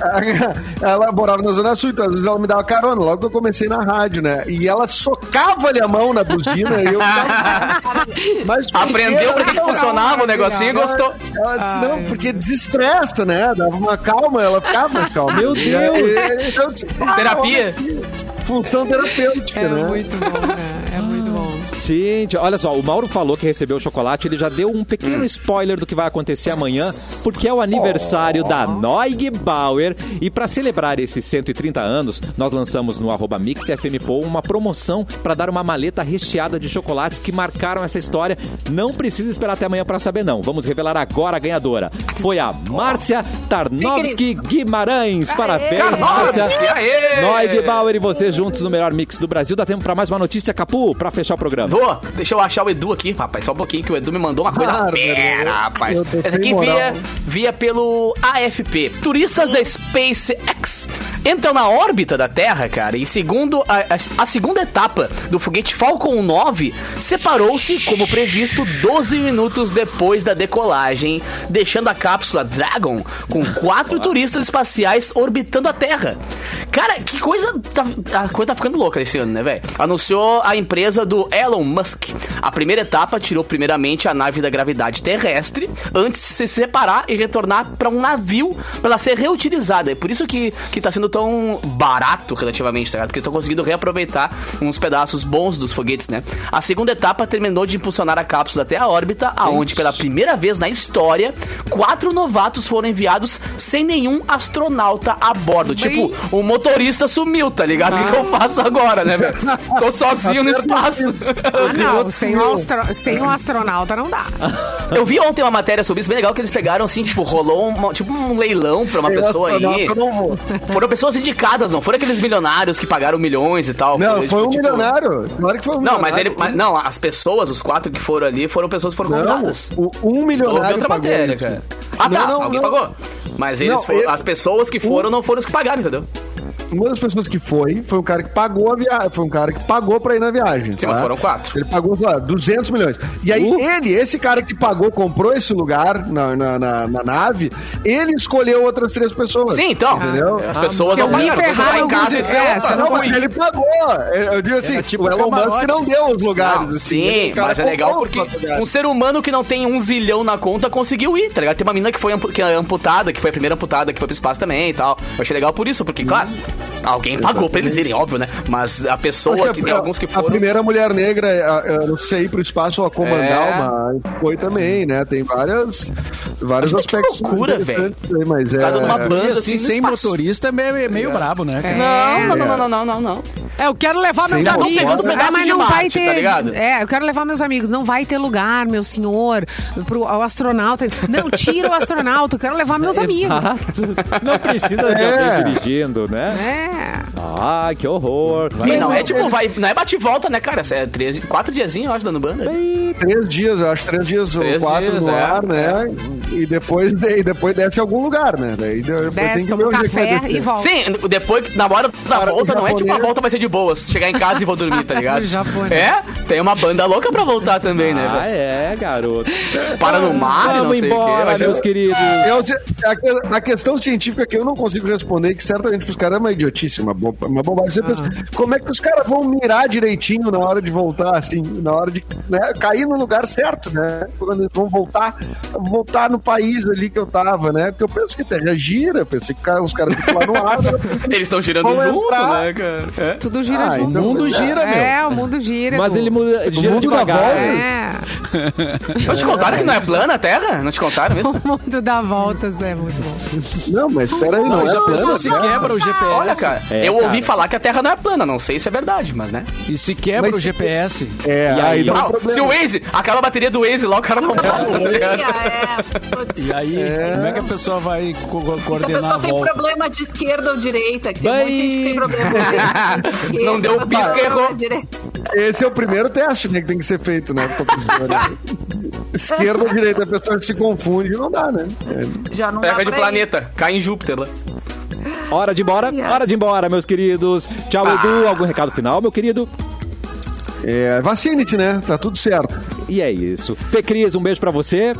a- ela morava na Zona Sul, então às vezes ela me dava carona, logo que eu comecei na rádio, né? E ela socava-lhe a mão na buzina e eu ficava... Mas por quê?
Aprendeu pra que que
Ela-
funcionava o negocinho e
ela-
gostou.
Ela disse, não, porque desestressa, né? Dava uma calma, ela ficava mais calma. então Meu
Deus!
Terapia?
"Ah, Função terapêutica,
É
né?
muito bom, né? É muito bom.
gente, olha só, o Mauro falou que recebeu o chocolate, ele já deu um pequeno spoiler do que vai acontecer amanhã, porque é o aniversário da Noig Bauer. E para celebrar esses 130 anos, nós lançamos no arroba Mix FM Pool uma promoção para dar uma maleta recheada de chocolates que marcaram essa história. Não precisa esperar até amanhã para saber, não. Vamos revelar agora a ganhadora. Foi a Márcia Tarnowski Guimarães.
Ah,
Parabéns, Márcia.
Aê!
Noide Bauer e você juntos no melhor mix do Brasil. Dá tempo pra mais uma notícia, Capu, pra fechar o programa.
Vou, deixa eu achar o Edu aqui, rapaz. Só um pouquinho que o Edu me mandou uma coisa.
Claro,
Pera,
Edu.
rapaz.
Eu tô
Essa
sem
aqui
moral.
via, via pelo AFP. Turistas da SpaceX entram na órbita da Terra, cara. E segundo a, a- a segunda etapa do foguete Falcon 9 separou-se, como previsto, 12 minutos depois da decolagem, deixando a cápsula Dragon com quatro turistas espaciais orbitando a Terra. Cara, que coisa. tá- A, a coisa tá ficando louca esse ano, né, velho? Anunciou a empresa do Elon Musk. A primeira etapa tirou primeiramente a nave da gravidade terrestre antes de se separar e retornar pra um navio pra ela ser reutilizada. É por isso que, que tá sendo tão barato relativamente, tá ligado? Porque eles estão conseguindo reaproveitar uns pedaços bons dos foguetes, né? A segunda etapa terminou de impulsionar a cápsula até a órbita, aonde pela primeira vez na história, quatro novatos foram enviados sem nenhum astronauta a
Bem-
bordo. Tipo, o motorista sumiu, tá ligado? O que, que eu faço agora, né, velho? Tô sozinho no espaço.
Ah, não, sem o, astro- sem o astronauta não dá.
Eu vi ontem uma matéria sobre isso, bem legal, que eles pegaram assim, tipo, rolou uma- tipo um leilão pra uma pessoa aí.
Eu não vou.
Foram pessoas indicadas, não foram aqueles milionários que pagaram milhões e tal.
Não,
Tipo,
foi um
tipo,
milionário. Claro que foi um
Não, mas ele.
milionário.
mas- não, as pessoas, os quatro que foram ali, foram pessoas que foram
Não,
convidadas.
o- um
Houve
milionário
outra
pagou
matéria,
isso.
cara. Ah, tá,
Não, não,
alguém
não.
pagou. Mas eles
Não,
foram-
eu-
as pessoas que foram não foram os que pagaram, entendeu?
Uma das pessoas que foi, foi um cara que pagou a viagem. Foi um cara que pagou pra ir na viagem. tá?
Sim, mas foram quatro. Uh!
Ele pagou, sei lá, 200 milhões. E aí, ele, esse cara que pagou, comprou esse lugar na, na, na- na nave, ele escolheu outras três pessoas.
Sim, então.
Entendeu?
As pessoas
se eu
não
me
pagaram. quando
ferrar,
tá em
é, eu
casa,
uso
e dizer, "Opa,
essa,
Não,
não
mas ele pagou. Eu digo assim,
É tipo
o Elon
camarote.
Musk não deu os lugares.
Não,
assim.
sim,
O cara
mas é legal
comprou
porque
os lugares.
um ser humano que não tem um zilhão na conta conseguiu ir, tá ligado? Tem uma menina que foi ampu- que é amputada, que foi a primeira amputada que foi pro espaço também e tal. Eu achei legal por isso, porque, claro,
Hum.
alguém pagou pra eles irem, óbvio, né? Mas a pessoa,
Acho
que
que
tem
a-
alguns que
A
foram.
primeira mulher negra, é, a, a, não sei, pro espaço ou a comandar
É.
uma, foi também, né? Tem várias, vários
Mas que
aspectos.
loucura,
interessantes aí, Mas é.
Tá dando uma banda
Banda,
assim,
assim, sem
no espaço.
motorista é meio, é meio brabo, né? cara?
Não, não, não, não, não, não, não.
É, eu quero levar meus
Sim, não,
amigos.
pegando
pedaço de Marte, tá ligado?
é, eu quero levar meus amigos. Não vai ter lugar, meu senhor, pro, ao astronauta. Não, tira o astronauta. Eu quero levar meus amigos.
Exato. Não precisa de
É.
alguém dirigindo, né?
É.
Ah, que horror.
Bem,
Mas
não, é tipo, vai, não é bate e volta, né, cara? É três, quatro diazinhos, eu acho, dando banda.
Três dias, eu acho, três dias
Três
ou quatro
dias,
no
é.
ar, né? E depois, de- e depois desce em algum lugar, né? Daí depois
Desce,
tem que
toma
ver
um
onde é que vai
café
descer.
e volta.
Sim, depois, na hora da
Cara,
volta, não é tipo a
japonês-
volta vai ser de boas. Chegar em casa e vou dormir, tá ligado?
Japonês.
É, tem uma banda louca pra voltar também, né?
Ah,
velho?
é, garoto.
Para no mar, não
Vamos
sei o quê,
embora,
mas eu-
meus queridos.
Eu- a, que- é a questão científica que eu não consigo responder, que certamente pros caras é uma idiotice, uma, bo- uma bobagem. Você pensa, como é que os caras vão mirar direitinho na hora de voltar, assim, na hora de né, cair no lugar certo, né? Quando eles vão voltar, voltar no país ali que eu tava, né? Porque eu penso que a terra gira, eu pensei que cara- os caras ficam lá no ar. né?
Eles estão girando
Vamos
junto,
entrar.
né, cara? É.
Tudo gira
Tá. Ah,
junto.
então-
O mundo gira, meu.
É, o mundo gira.
Mas
Edu.
ele muda, gira
mundo dá
devagar.
volta.
É,
Não te contaram que não é plana a Terra? Não te contaram isso?
o mundo dá voltas, é muito bom.
Não, mas peraí, não,
Não,
é
já
plano,
pensou assim, se
né?
quebra o GPS?
Olha, cara,
É,
eu ouvi
cara.
falar que a Terra não é plana, não sei se é verdade, mas né.
E se quebra
Mas
o
se-
GPS?
É,
E
aí,
aí?
dá um
Ah,
problema.
se o Waze, acaba a bateria do Waze lá, o cara não volta, tá ligado?
E
É,
aí, como é que a pessoa vai co- co-
se a
coordenar a
pessoa tem
volta?
problema de esquerda ou direita, que tem
Bem.
muita gente que tem problema de esquerda,
Não deu
pessoal, é
pisca,
problema
errou.
de direita.
Esse é o primeiro teste né, que tem que ser feito, né? pra professora. Esquerda ou direita, a pessoa se confunde, não dá, né? É.
Já não dá
Terra de
pra ir.
planeta, cai em Júpiter lá.
Hora de ir embora, hora de ir embora, meus queridos. Tchau, Edu. Algum recado final, meu querido?
É, Vacine-te, né? Tá tudo certo.
E é isso. Fê Cris, um beijo pra você.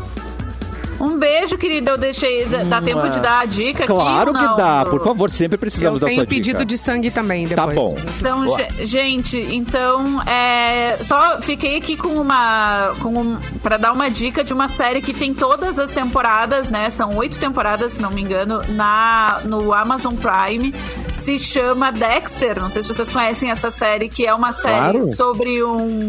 Um beijo, querida. Eu deixei. Dá
Hum,
dá tempo
é.
de dar a dica
Claro
aqui? ou
que
não?
dá, por favor, sempre
Eu
precisamos da sua
tenho
dica.
pedido de sangue também
Tá
depois.
bom.
Então,
Boa.
ge- gente, então é, só fiquei aqui com uma, com um, para dar uma dica de uma série que tem todas as temporadas, né? São oito temporadas, se não me engano, na no Amazon Prime. Se chama Dexter. Não sei se vocês conhecem essa série, que é uma série
Claro.
sobre um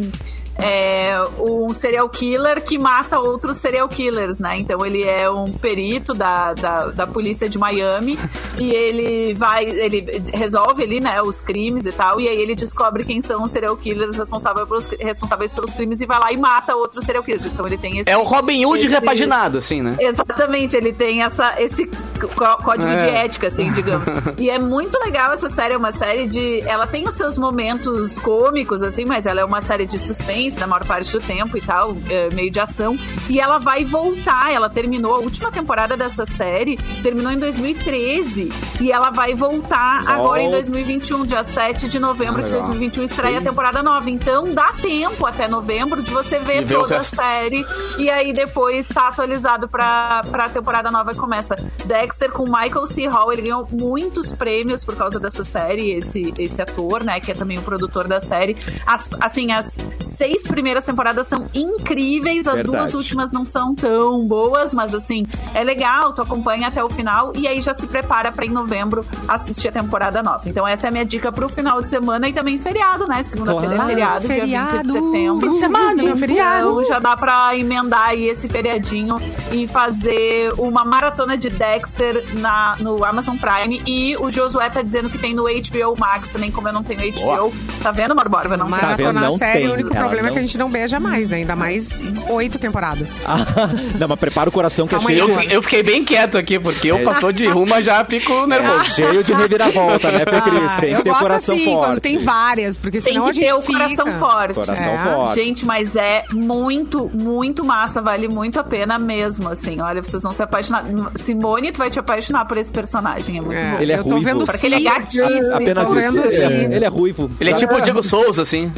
é, um serial killer que mata outros serial killers, né? Então ele é um perito da, da, da polícia de Miami e ele vai, ele resolve ali, né, os crimes e tal, e aí ele descobre quem são os serial killers responsáveis pelos, responsáveis pelos crimes e vai lá e mata outros serial killers. Então ele tem esse.
É o Robin Hood
esse-
repaginado, assim, né?
Exatamente, ele tem essa, esse có- código
É.
de ética, assim, digamos. e é muito legal essa série, é uma série de. Ela tem os seus momentos cômicos, assim, mas ela é uma série de suspense suspense na maior parte do tempo e tal, é, meio de ação. E ela vai voltar, ela terminou a última temporada dessa série, terminou em 2013, e ela vai voltar agora em 2021, dia 7 de novembro de 2021, estreia a temporada nova. Então dá tempo até novembro de você ver
ver o
toda a
resto.
série, e aí depois tá atualizado pra, pra temporada nova que começa. Dexter com Michael C. Hall, ele ganhou muitos prêmios por causa dessa série, esse, esse ator, né, que é também o produtor da série. As- assim, as seis primeiras temporadas são incríveis, as
Verdade.
duas últimas não são tão boas, mas assim, é legal, tu acompanha até o final e aí já se prepara pra em novembro assistir a temporada nova. Então essa é a minha dica pro final de semana e também feriado, né, segunda-feira
Claro.
é feriado, dia 20 de
Feriado.
setembro.
Fim de semana,
Então,
feriado.
já dá pra emendar aí esse feriadinho e fazer uma maratona de Dexter na, no Amazon Prime. E o Josué tá dizendo que tem no HBO Max também, como eu não tenho HBO. Tá vendo, Marborba? Não tá.
vendo?
Maratona
Não
série,
tem.
o único
Ela
problema é que a
não-
gente não beija mais, né? Ainda mais oito temporadas.
Ah, não, mas prepara o coração que é
Calma aí,
cheio,
Eu, fi- eu fiquei bem quieto aqui, porque eu passou de ruma já fico
é,
nervoso.
cheio de reviravolta, né, Fê Cris?
Ah,
Tem que
eu
ter
gosto
coração
assim,
forte.
quando tem várias, porque
Tem
senão a
que
gente
ter o
fica.
coração forte.
Coração
É.
forte.
Gente, mas é muito, muito massa. Vale muito a pena mesmo, assim. Olha, vocês vão se apaixonar. Simone, tu vai te apaixonar por esse personagem. É muito
É,
bom.
Ele é
eu tô
ruivo.
vendo
Porque ele é
sim.
gatíssimo.
Apenas
Tô
isso.
vendo
Ele é,
assim.
ele é ruivo.
Ele é tipo o Diego Souza, assim.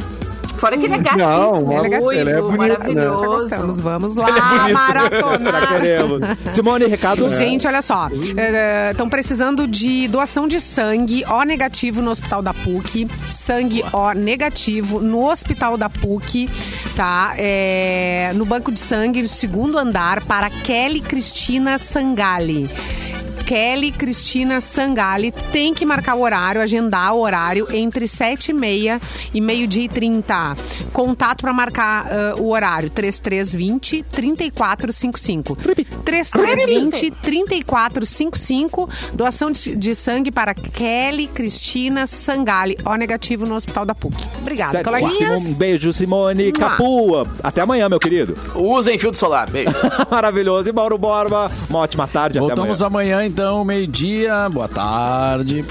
Fora que ele é gatíssimo.
Não,
ele é gatinho,
loiro,
ele é bonito, né?
Já gostamos. tá Vamos
maravilhoso.
lá, maratonar.
Queremos. Simone, recado?
Gente, olha só. Estão precisando de doação de sangue O negativo no Hospital da PUC. Sangue O negativo no Hospital da PUC, tá? É, no banco de sangue, no segundo andar, para Kelly Cristina Sangali. Kelly Cristina Sangali tem que marcar o horário, agendar o horário entre 7 e meia e meio-dia e 30. Contato para marcar ah, o horário: 3320 3455. 3320 3455. Doação de, de sangue para Kelly Cristina Sangali, O negativo no Hospital da PUC. Obrigada, coleguinhas.
Um beijo, Simone.
Mua.
Capua. Até amanhã, meu querido.
Usem filtro solar. Beijo.
Maravilhoso. E Mauro Borba, uma ótima tarde.
Voltamos
até amanhã.
amanhã, então, meio-dia. Boa tarde.